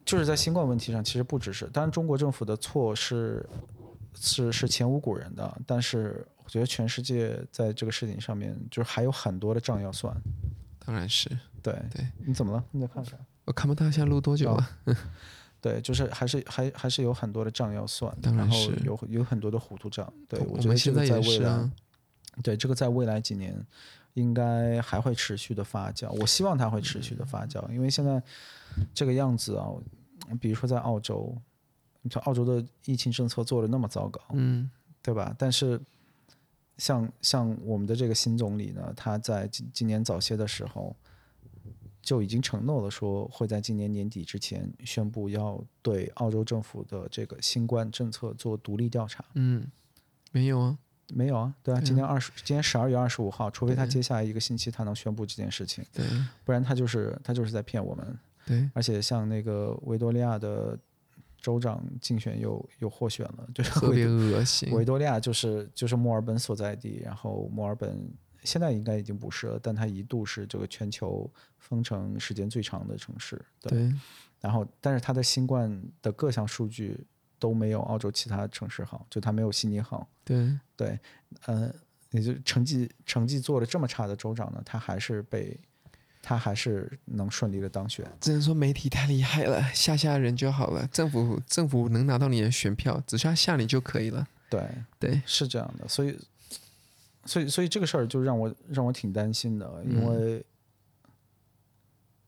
Speaker 2: 就是在新冠问题上，其实不只是，当然中国政府的错是是是前无古人的，但是我觉得全世界在这个事情上面，就是还有很多的账要算。
Speaker 1: 当然是，
Speaker 2: 对，
Speaker 1: 对
Speaker 2: 你怎么了？你在看啥？
Speaker 1: 我看不到现在录多久
Speaker 2: 哦
Speaker 1: 了。
Speaker 2: 对，就是还是还还是有很多的账要算，
Speaker 1: 当然
Speaker 2: 然后
Speaker 1: 是
Speaker 2: 有有很多的糊涂账。对，
Speaker 1: 我
Speaker 2: 觉得
Speaker 1: 们
Speaker 2: 这
Speaker 1: 现
Speaker 2: 个
Speaker 1: 在
Speaker 2: 在
Speaker 1: 也
Speaker 2: 未
Speaker 1: 是
Speaker 2: 来
Speaker 1: 啊，
Speaker 2: 对，这个在未来几年应该还会持续的发酵，我希望它会持续的发酵，因为现在这个样子啊，比如说在澳洲，你说澳洲的疫情政策做的那么糟糕，
Speaker 1: 嗯，
Speaker 2: 对吧？但是像像我们的这个新总理呢，他在今今年早些的时候就已经承诺了，说会在今年年底之前宣布要对澳洲政府的这个新冠政策做独立调查。
Speaker 1: 嗯，没有啊，
Speaker 2: 没有啊，对啊，
Speaker 1: 对啊
Speaker 2: 今天二十，今天十二月二十五号，除非他
Speaker 1: 对
Speaker 2: 接下来一个星期他能宣布这件事情，
Speaker 1: 对
Speaker 2: 不然他就是他就是在骗我们。
Speaker 1: 对
Speaker 2: 而且像那个维多利亚的州长竞选又又获选了，就是
Speaker 1: 特别
Speaker 2: 维
Speaker 1: 恶心。
Speaker 2: 维多利亚就是就是墨尔本所在地，然后墨尔本现在应该已经不是了，但它一度是这个全球封城时间最长的城市。对，
Speaker 1: 对
Speaker 2: 然后但是它的新冠的各项数据都没有澳洲其他城市好，就它没有悉尼好。
Speaker 1: 对
Speaker 2: 对，呃，也就成绩成绩做的这么差的州长呢，他还是被他还是能顺利的当选。
Speaker 1: 只能说媒体太厉害了，吓吓人就好了。政府政府能拿到你的选票，只需要吓你就可以了。
Speaker 2: 对，
Speaker 1: 对
Speaker 2: 是这样的，所以所以所以这个事儿就让我让我挺担心的，因
Speaker 1: 嗯
Speaker 2: 为、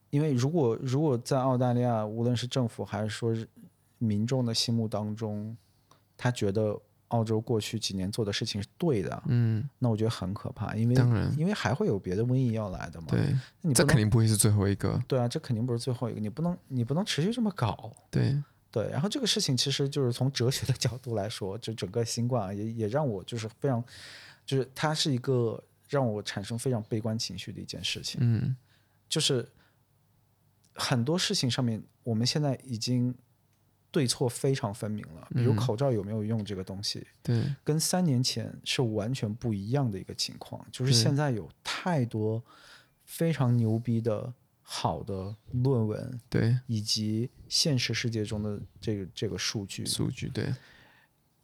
Speaker 2: 因为如果如果在澳大利亚，无论是政府还是说是民众的心目当中，他觉得。澳洲过去几年做的事情是对的，
Speaker 1: 嗯，
Speaker 2: 那我觉得很可怕，因为
Speaker 1: 当然
Speaker 2: 因为还会有别的瘟疫要来的嘛。
Speaker 1: 对，
Speaker 2: 那你不
Speaker 1: 这
Speaker 2: 能
Speaker 1: 肯定不会是最后一个。
Speaker 2: 对啊，这肯定不是最后一个，你不能你不能持续这么搞。
Speaker 1: 对
Speaker 2: 对，然后这个事情其实就是从哲学的角度来说，就整个新冠啊，也也让我就是非常，就是它是一个让我产生非常悲观情绪的一件事情。
Speaker 1: 嗯，
Speaker 2: 就是很多事情上面，我们现在已经对错非常分明了。比如口罩有没有用这个东西，
Speaker 1: 对
Speaker 2: 跟三年前是完全不一样的一个情况，就是
Speaker 1: 对
Speaker 2: 现在有太多非常牛逼的好的论文，
Speaker 1: 对，
Speaker 2: 以及现实世界中的这个这个数据，
Speaker 1: 数据对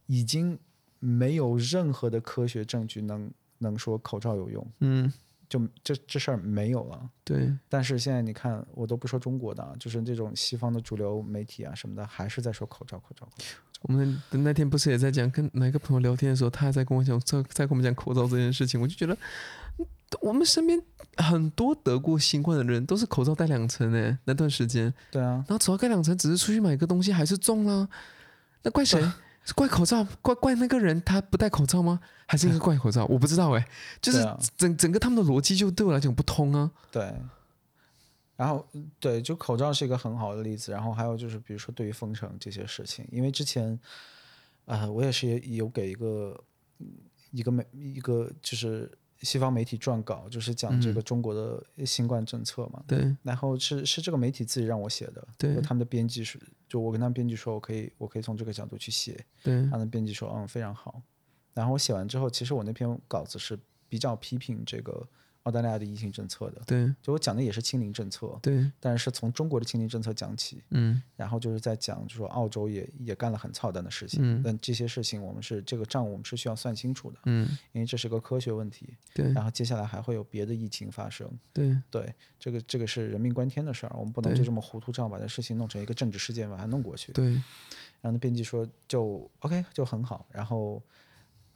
Speaker 2: 已经没有任何的科学证据能能说口罩有用，
Speaker 1: 嗯
Speaker 2: 就这这事儿没有了。
Speaker 1: 对
Speaker 2: 但是现在你看，我都不说中国的，啊，就是这种西方的主流媒体啊什么的，还是在说口罩口罩。口罩
Speaker 1: 我们那天不是也在讲，跟哪个朋友聊天的时候，他还在跟我讲，在在跟我们讲口罩这件事情，我就觉得，嗯我们身边很多得过新冠的人都是口罩戴两层诶，那段时间，
Speaker 2: 对啊，
Speaker 1: 然后口罩戴两层，只是出去买个东西还是中了，那怪谁？是怪口罩？怪怪那个人他不戴口罩吗？还是应该怪口罩？我不知道诶，就是
Speaker 2: 对啊
Speaker 1: 整整个他们的逻辑就对我来讲不通啊。
Speaker 2: 对，然后嗯对，就口罩是一个很好的例子。然后还有就是，比如说对于封城这些事情，因为之前，呃，我也是也有给一个一个媒一个就是西方媒体撰稿，就是讲这个中国的新冠政策嘛。
Speaker 1: 对
Speaker 2: 然后是是这个媒体自己让我写的，
Speaker 1: 对
Speaker 2: 就他们的编辑是，就我跟他们编辑说，我可以我可以从这个角度去写，
Speaker 1: 对
Speaker 2: 他们编辑说，嗯，非常好。然后我写完之后，其实我那篇稿子是比较批评这个澳大利亚的疫情政策的，
Speaker 1: 对
Speaker 2: 就我讲的也是清零政策，
Speaker 1: 对，
Speaker 2: 但是从中国的清零政策讲起，
Speaker 1: 嗯
Speaker 2: 然后就是在讲，就说澳洲也也干了很操蛋的事情，
Speaker 1: 嗯
Speaker 2: 但这些事情我们是这个账我们是需要算清楚的，
Speaker 1: 嗯，
Speaker 2: 因为这是个科学问题。
Speaker 1: 对
Speaker 2: 然后接下来还会有别的疫情发生，
Speaker 1: 对
Speaker 2: 对，这个这个是人命关天的事儿，我们不能
Speaker 1: 对
Speaker 2: 就这么糊涂账把这事情弄成一个政治事件把它弄过去。
Speaker 1: 对
Speaker 2: 然后那编辑说就 OK 就很好，然后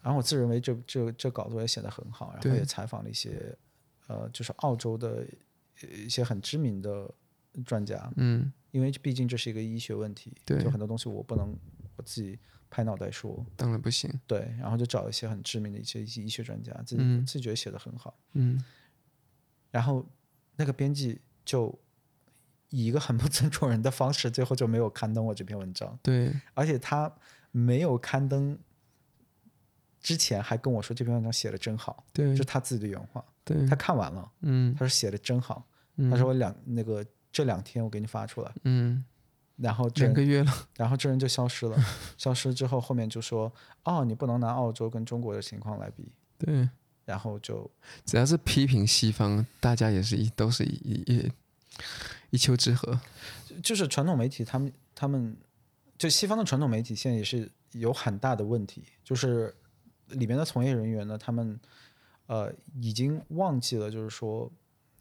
Speaker 2: 然后我自认为这这这稿子我也写得很好，然后
Speaker 1: 对
Speaker 2: 也采访了一些呃就是澳洲的呃一些很知名的专家，
Speaker 1: 嗯
Speaker 2: 因为毕竟这是一个医学问题，
Speaker 1: 对
Speaker 2: 就很多东西我不能我自己拍脑袋说，
Speaker 1: 当然不行，
Speaker 2: 对，然后就找一些很知名的一些一些医学专家，自己、
Speaker 1: 嗯
Speaker 2: 自己觉得写得很好，
Speaker 1: 嗯
Speaker 2: 然后那个编辑就。以一个很不尊重人的方式，最后就没有刊登我这篇文章。
Speaker 1: 对
Speaker 2: 而且他没有刊登之前还跟我说这篇文章写的真好，
Speaker 1: 对
Speaker 2: 这是他自己的原话。
Speaker 1: 对
Speaker 2: 他，看完了，
Speaker 1: 嗯
Speaker 2: 他说写的真好，
Speaker 1: 嗯
Speaker 2: 他说我两那个这两天我给你发出来，
Speaker 1: 嗯，
Speaker 2: 然后这
Speaker 1: 两
Speaker 2: 人
Speaker 1: 个月了，
Speaker 2: 然后这人就消失了，消失之后后面就说哦你不能拿澳洲跟中国的情况来比，
Speaker 1: 对，
Speaker 2: 然后就
Speaker 1: 只要是批评西方，大家也是一都是一一一一丘之貉，
Speaker 2: 就是传统媒体他们他们就西方的传统媒体现在也是有很大的问题，就是里面的从业人员呢，他们呃已经忘记了，就是说。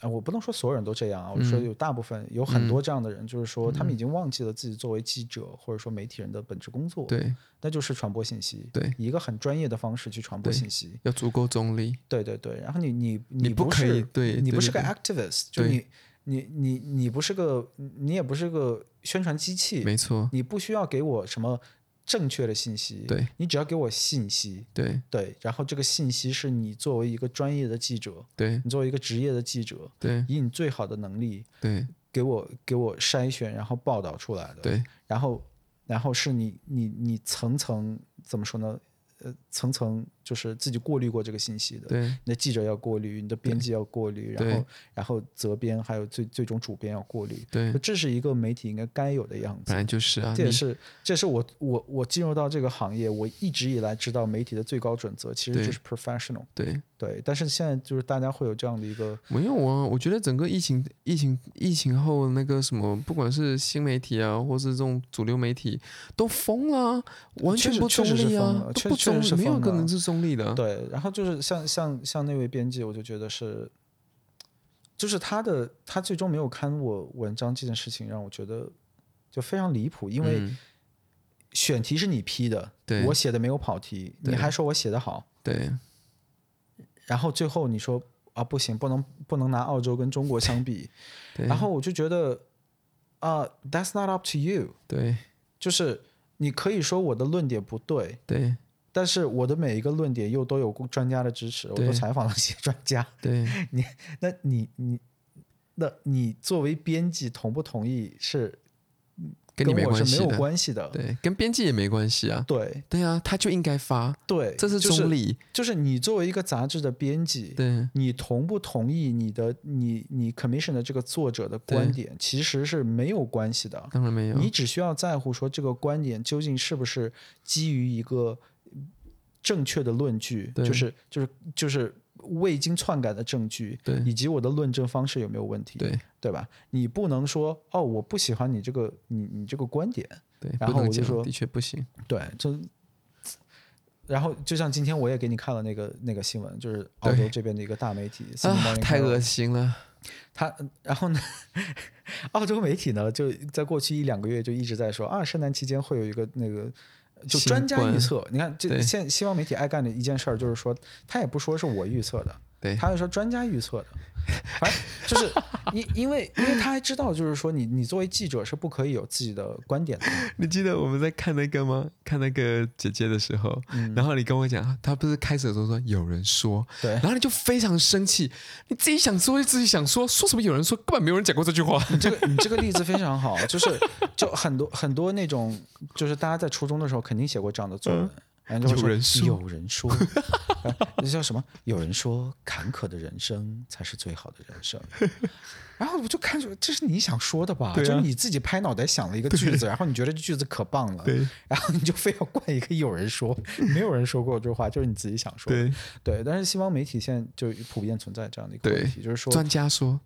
Speaker 2: 啊，我不能说所有人都这样啊，我
Speaker 1: 嗯
Speaker 2: 说有大部分、有很多这样的人，就是说他们已经忘记了自己作为记者或者说媒体人的本职工作，
Speaker 1: 对，
Speaker 2: 那就是传播信息，
Speaker 1: 对
Speaker 2: 以一个很专业的方式去传播
Speaker 1: 对
Speaker 2: 信息，
Speaker 1: 要足够中立，
Speaker 2: 对对对，然后你你
Speaker 1: 你不
Speaker 2: 不
Speaker 1: 可以
Speaker 2: 是
Speaker 1: 对
Speaker 2: 你
Speaker 1: 对
Speaker 2: 不是
Speaker 1: 对
Speaker 2: 个 activist，就
Speaker 1: 对
Speaker 2: 你你你你不是个你也不是个宣传机器，
Speaker 1: 没错，
Speaker 2: 你不需要给我什么正确的信息，
Speaker 1: 对
Speaker 2: 你只要给我信息，
Speaker 1: 对
Speaker 2: 对，然后这个信息是你作为一个专业的记者，
Speaker 1: 对
Speaker 2: 你作为一个职业的记者，
Speaker 1: 对
Speaker 2: 以你最好的能力
Speaker 1: 对
Speaker 2: 给我给我筛选，然后报道出来的，
Speaker 1: 对
Speaker 2: 然后然后是你你你层层怎么说呢？呃，层层就是自己过滤过这个信息的，
Speaker 1: 对
Speaker 2: 你的记者要过滤，你的编辑要过滤，
Speaker 1: 对
Speaker 2: 然后然后责编还有最最终主编要过滤，
Speaker 1: 对
Speaker 2: 就，这是一个媒体应该该有的样
Speaker 1: 本
Speaker 2: 子。
Speaker 1: 来就是啊，
Speaker 2: 这也
Speaker 1: 你
Speaker 2: 是这是我我我进入到这个行业，我一直以来知道媒体的最高准则其实
Speaker 1: 对
Speaker 2: 就是 professional，
Speaker 1: 对。
Speaker 2: 对但是现在就是大家会有这样的一个
Speaker 1: 没有啊，我觉得整个疫情、疫情、疫情后那个什么，不管是新媒体啊，或是这种主流媒体，都疯了啊，完全
Speaker 2: 确实
Speaker 1: 不中
Speaker 2: 确实是
Speaker 1: 立
Speaker 2: 疯
Speaker 1: 啊
Speaker 2: 了，
Speaker 1: 都
Speaker 2: 确
Speaker 1: 不
Speaker 2: 确
Speaker 1: 中
Speaker 2: 实
Speaker 1: 立，
Speaker 2: 是
Speaker 1: 没有一
Speaker 2: 疯
Speaker 1: 个
Speaker 2: 了
Speaker 1: 人是中立的。啊
Speaker 2: 对，然后就是像像像那位编辑，我就觉得是，就是他的他最终没有刊我文章这件事情，让我觉得就非常离谱，因为
Speaker 1: 嗯
Speaker 2: 选题是你批的，
Speaker 1: 对
Speaker 2: 我写的没有跑题，
Speaker 1: 对
Speaker 2: 你还说我写的好，
Speaker 1: 对
Speaker 2: 然后最后你说啊不行，不能不能拿澳洲跟中国相比，
Speaker 1: 对
Speaker 2: 然后我就觉得啊、t h a t s not up to you，
Speaker 1: 对
Speaker 2: 就是你可以说我的论点不对，
Speaker 1: 对
Speaker 2: 但是我的每一个论点又都有专家的支持，我
Speaker 1: 对
Speaker 2: 都采访了一些专家，
Speaker 1: 对
Speaker 2: 那你你那你作为编辑同不同意是
Speaker 1: 跟你没
Speaker 2: 我
Speaker 1: 关
Speaker 2: 是
Speaker 1: 系
Speaker 2: 没有
Speaker 1: 的，
Speaker 2: 关系的。
Speaker 1: 对，跟编辑也没关系啊。
Speaker 2: 对
Speaker 1: 对啊，他就应该发，
Speaker 2: 对，
Speaker 1: 这是中
Speaker 2: 就是，
Speaker 1: 立。
Speaker 2: 就是你作为一个杂志的编辑，
Speaker 1: 对
Speaker 2: 你同不同意你的你你 commission 的这个作者的观点，其实是没有关系的。
Speaker 1: 当然没有。
Speaker 2: 你只需要在乎说这个观点究竟是不是基于一个正确的论据，
Speaker 1: 对
Speaker 2: 就是就是就是未经篡改的证据，
Speaker 1: 对
Speaker 2: 以及我的论证方式有没有问题，
Speaker 1: 对
Speaker 2: 对吧？你不能说哦，我不喜欢你这个你你这个观点，
Speaker 1: 对，
Speaker 2: 然
Speaker 1: 不
Speaker 2: 后我
Speaker 1: 能
Speaker 2: 就
Speaker 1: 讲，
Speaker 2: 说
Speaker 1: 的确不行。
Speaker 2: 对，就然后就像今天我也给你看了那个那个新闻，就是澳洲
Speaker 1: 对
Speaker 2: 这边的一个大媒体新闻
Speaker 1: 啊，太恶心了。
Speaker 2: 他然后呢， 澳洲媒体呢就在过去一两个月就一直在说啊，圣诞期间会有一个那个。就
Speaker 1: 新
Speaker 2: 专家预
Speaker 1: 冠
Speaker 2: 测，你看，这
Speaker 1: 对
Speaker 2: 现西方媒体爱干的一件事儿，就是说，他也不说是我预测的，
Speaker 1: 对
Speaker 2: 他就说专家预测的，反正就是因因为因为他还知道，就是说你你作为记者是不可以有自己的观点的，
Speaker 1: 你记得我们在看那个吗？看那个姐姐的时候，然后你跟我讲，她不是开始的时候说有人说，
Speaker 2: 嗯对
Speaker 1: 然后你就非常生气，你自己想说就自己想说，说什么有人说，根本没有人讲过这句 话。
Speaker 2: 你这个你这个例子非常好，就是就很多很多那种，就是大家在初中的时候肯定写过这样的作文，哎然后就会
Speaker 1: 嗯有人说
Speaker 2: 有人说， 啊那叫什么？有人说坎坷的人生才是最好的人 生。然后我就看着，这是你想说的吧？
Speaker 1: 对啊
Speaker 2: 就是你自己拍脑袋想了一个句子，然后你觉得这句子可棒了，
Speaker 1: 对
Speaker 2: 然后你就非要冠一个有人说，没有人说过这话，就是你自己想说的。
Speaker 1: 对，
Speaker 2: 对，但是西方媒体现在就普遍存在这样的一个
Speaker 1: 对
Speaker 2: 问题，就是说
Speaker 1: 专家说，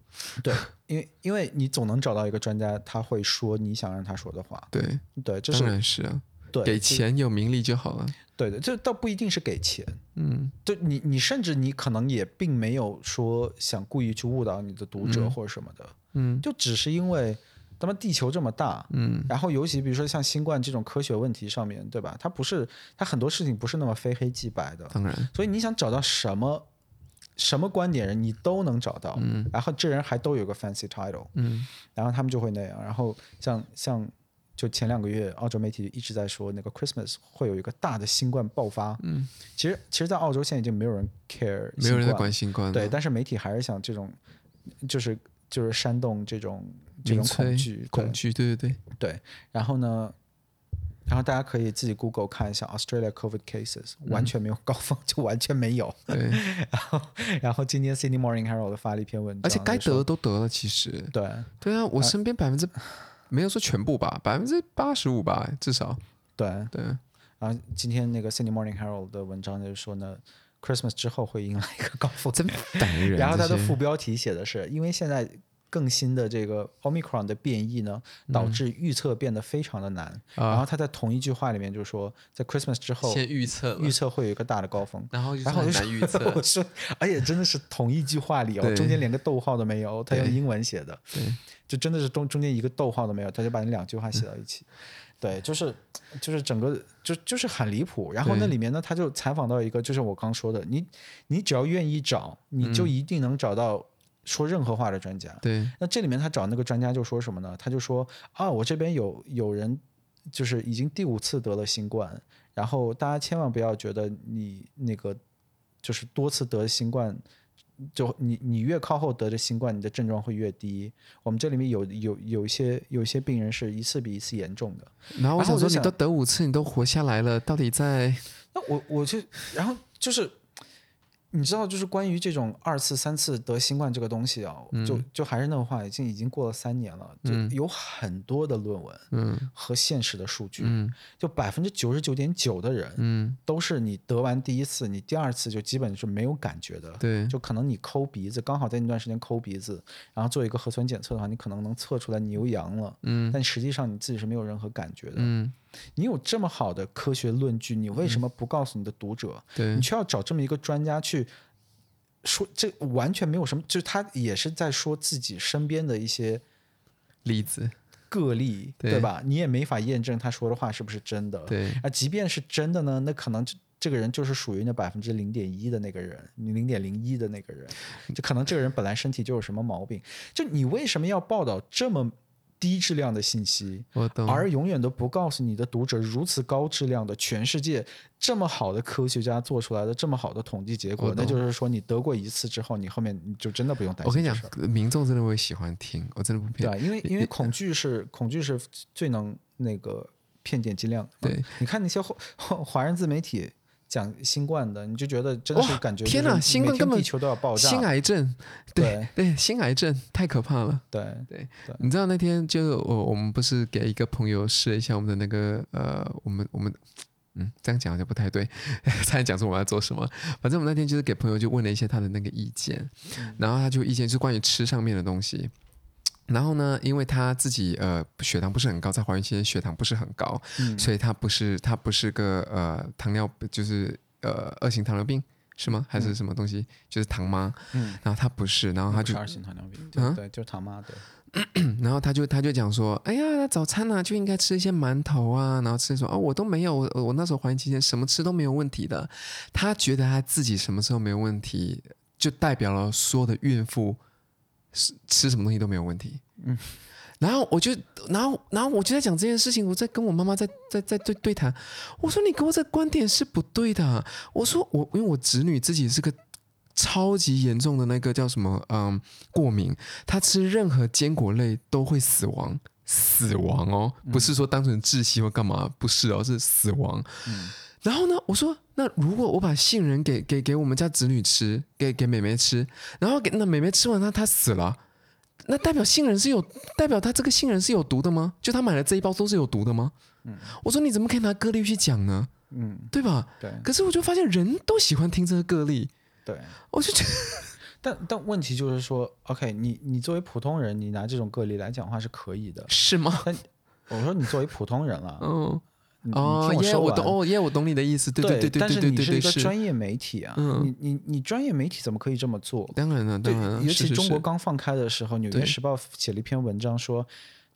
Speaker 2: 对，因为因为你总能找到一个专家，他会说你想让他说的话。
Speaker 1: 对，
Speaker 2: 对，这
Speaker 1: 当
Speaker 2: 是
Speaker 1: 然是啊，
Speaker 2: 对
Speaker 1: 给
Speaker 2: 这
Speaker 1: 钱有名利就好了。
Speaker 2: 对的，这倒不一定是给钱。
Speaker 1: 嗯，
Speaker 2: 就你你甚至你可能也并没有说想故意去误导你的读者或者什么的，
Speaker 1: 嗯，
Speaker 2: 就只是因为咱们地球这么大，
Speaker 1: 嗯，
Speaker 2: 然后尤其比如说像新冠这种科学问题上面，对吧？它不是它很多事情不是那么非黑即白的，
Speaker 1: 当然，
Speaker 2: 所以你想找到什么什么观点人，你都能找到。嗯，然后这人还都有个 fancy title。
Speaker 1: 嗯，
Speaker 2: 然后他们就会那样。然后像像就前两个月，澳洲媒体一直在说那个 Christmas 会有一个大的新冠爆发。嗯，其实其实，在澳洲现在已经没有人 care，
Speaker 1: 没有人在
Speaker 2: 新冠
Speaker 1: 关心观
Speaker 2: 对，
Speaker 1: 了。
Speaker 2: 但是媒体还是想这种，就是就是煽动这种这
Speaker 1: 民
Speaker 2: 种恐
Speaker 1: 粹
Speaker 2: 惧
Speaker 1: 恐惧，
Speaker 2: 惧。
Speaker 1: 对对对，
Speaker 2: 对，然后呢？然后大家可以自己 Google 看一下 Australia COVID cases，
Speaker 1: 嗯
Speaker 2: 完全没有高峰，就完全没有。
Speaker 1: 对，
Speaker 2: 然后，然后今天 Sydney Morning Herald 发了一篇文章，
Speaker 1: 而且该
Speaker 2: 就说
Speaker 1: 得都得了，其实
Speaker 2: 对
Speaker 1: 对啊，我身边百分之、没有说全部吧，百分之八十五吧，至少
Speaker 2: 对，
Speaker 1: 对，
Speaker 2: 然后啊今天那个 Sydney Morning Herald 的文章就说呢，Christmas 之后会迎来一个高峰，
Speaker 1: 真烦 人。
Speaker 2: 然后它
Speaker 1: 这
Speaker 2: 的
Speaker 1: 些
Speaker 2: 副标题写的是，因为现在更新的这个 Omicron 的变异呢，
Speaker 1: 嗯
Speaker 2: 导致预测变得非常的难。
Speaker 1: 啊
Speaker 2: 然后他在同一句话里面就说，在 Christmas 之后，
Speaker 1: 先预测了
Speaker 2: 预，测会有一个大的高峰。
Speaker 1: 然后就是
Speaker 2: 然后我
Speaker 1: 很
Speaker 2: 就
Speaker 1: 难
Speaker 2: 说，
Speaker 1: 预测
Speaker 2: 我，说，而且真的是同一句话里哦，
Speaker 1: 对
Speaker 2: 中间连个逗号都没有，他用
Speaker 1: 对
Speaker 2: 英文写的，
Speaker 1: 对，
Speaker 2: 就真的是中中间一个逗号都没有，他就把那两句话写到一起，对，就是就是整个就就是很离谱。然后那
Speaker 1: 对
Speaker 2: 里面呢，他就采访到一个，就是我刚说的，你你只要愿意找，你就一定能找到说任何话的专家。
Speaker 1: 对
Speaker 2: 那这里面他找那个专家就说什么呢？他就说啊，我这边有有人就是已经第五次得了新冠，然后大家千万不要觉得你那个就是多次得新冠，就你你越靠后得的新冠，你的症状会越低。我们这里面有有有一些有一些病人是一次比一次严重的。
Speaker 1: 然后我
Speaker 2: 然后
Speaker 1: 想
Speaker 2: 我就
Speaker 1: 说，你
Speaker 2: 想
Speaker 1: 都得五次，你都活下来了，到底在
Speaker 2: 那我我就然后就是。你知道，就是关于这种二次、三次得新冠这个东西啊，就
Speaker 1: 嗯
Speaker 2: 就还是那句话，已经已经过了三年了，就有很多的论文，
Speaker 1: 嗯
Speaker 2: 和现实的数据，
Speaker 1: 嗯
Speaker 2: 就百分之九十九点九的人、
Speaker 1: 嗯，
Speaker 2: 都是你得完第一次，你第二次就基本是没有感觉的。
Speaker 1: 对
Speaker 2: 就可能你抠鼻子，刚好在那段时间抠鼻子，然后做一个核酸检测的话，你可能能测出来牛羊了，
Speaker 1: 嗯
Speaker 2: 但实际上你自己是没有任何感觉的。
Speaker 1: 嗯
Speaker 2: 你有这么好的科学论据，你为什么不告诉你的读者？
Speaker 1: 对
Speaker 2: 你却要找这么一个专家去说，这完全没有什么，就是他也是在说自己身边的一些
Speaker 1: 例子，
Speaker 2: 个例，
Speaker 1: 对
Speaker 2: 对吧？你也没法验证他说的话是不是真的。
Speaker 1: 对
Speaker 2: 啊，即便是真的呢，那可能这这个人就是属于那百分之零点一的那个人，零点零一的那个人，就可能这个人本来身体就有什么毛病。就你为什么要报道这么低质量的信息，
Speaker 1: 我懂。
Speaker 2: 而永远都不告诉你的读者如此高质量的全世界这么好的科学家做出来的这么好的统计结果
Speaker 1: 我，
Speaker 2: 那
Speaker 1: 懂
Speaker 2: 就是说你得过一次之后，你后面你就真的不用担
Speaker 1: 我跟
Speaker 2: 心
Speaker 1: 你
Speaker 2: 这
Speaker 1: 讲
Speaker 2: 事儿。，
Speaker 1: 民众真的会喜欢听，我真的不
Speaker 2: 对
Speaker 1: 骗
Speaker 2: 啊，因为因为恐惧是恐惧是最能那个骗点击量的嘛。
Speaker 1: 对，
Speaker 2: 你看那些华华华人自媒体讲新冠的，你就觉得真的是
Speaker 1: 哇
Speaker 2: 感觉
Speaker 1: 天
Speaker 2: 哪，
Speaker 1: 哪新冠根本
Speaker 2: 地球都要爆炸。
Speaker 1: 心癌症，
Speaker 2: 对
Speaker 1: 对，心癌症太可怕了。
Speaker 2: 对
Speaker 1: 你知道那天就是我我们不是给一个朋友试了一下我们的那个呃，我们我们嗯这样讲好像不太对，差点讲出我们要做什么。反正我们那天就是给朋友就问了一些他的那个意见，
Speaker 2: 嗯
Speaker 1: 然后他就意见是关于吃上面的东西。然后呢，因为他自己呃血糖不是很高，在华人期间血糖不是很高，
Speaker 2: 嗯
Speaker 1: 所以他不是他不是个呃糖尿就是呃二型糖尿病是吗？还是什么东西？就是糖妈。
Speaker 2: 嗯，
Speaker 1: 然后他不是，然后他
Speaker 2: 不
Speaker 1: 就是
Speaker 2: 二型糖尿病，
Speaker 1: 啊
Speaker 2: 对对，就是糖妈对。
Speaker 1: 然后他就他就讲说，哎呀，那早餐呢、就应该吃一些馒头啊，然后吃什么？哦，我都没有，我我那时候怀孕期间什么吃都没有问题的。他觉得他自己什么时候没有问题，就代表了所有的孕妇吃吃什么东西都没有问题。嗯，然后我就，然后然后我就在讲这件事情，我在跟我妈妈在在在对对谈，我说你给我这观点是不对的。啊我说我因为我侄女自己是个。超级严重的那个叫什么？嗯，过敏，他吃任何坚果类都会死亡，死亡哦，不是说单纯窒息或干嘛，不是哦，是死亡。
Speaker 2: 嗯
Speaker 1: 然后呢，我说那如果我把杏仁给给给我们家子女吃，给给妹妹吃，然后给那妹妹吃完她她死了，那代表杏仁是有代表她这个杏仁是有毒的吗？就她买的这一包都是有毒的吗？
Speaker 2: 嗯
Speaker 1: 我说你怎么可以拿个例去讲呢？
Speaker 2: 嗯，
Speaker 1: 对吧？
Speaker 2: 对
Speaker 1: 可是我就发现人都喜欢听这个个例，
Speaker 2: 对。
Speaker 1: 我就觉得。
Speaker 2: 但但问题就是说，OK，你你作为普通人，你拿这种个例来讲话是可以的
Speaker 1: 是吗？
Speaker 2: 我说你作为普通人了，
Speaker 1: 嗯，
Speaker 2: 你
Speaker 1: 哦
Speaker 2: 你听
Speaker 1: 耶，
Speaker 2: 说
Speaker 1: 我
Speaker 2: 完。
Speaker 1: 懂，哦耶，我懂你的意思，对对对
Speaker 2: 对
Speaker 1: 对
Speaker 2: 但
Speaker 1: 对
Speaker 2: 是
Speaker 1: 对
Speaker 2: 你
Speaker 1: 对
Speaker 2: 是一
Speaker 1: 对，
Speaker 2: 个
Speaker 1: 是。
Speaker 2: 专业媒体啊，
Speaker 1: 嗯
Speaker 2: 你你你专业媒体怎么可以这么做？
Speaker 1: 当然了，
Speaker 2: 对
Speaker 1: 当然了，，
Speaker 2: 尤
Speaker 1: 嗯是
Speaker 2: 其
Speaker 1: 是
Speaker 2: 中国
Speaker 1: 是
Speaker 2: 刚放开的时候，《纽约
Speaker 1: 对
Speaker 2: 时报》写了一篇文章说，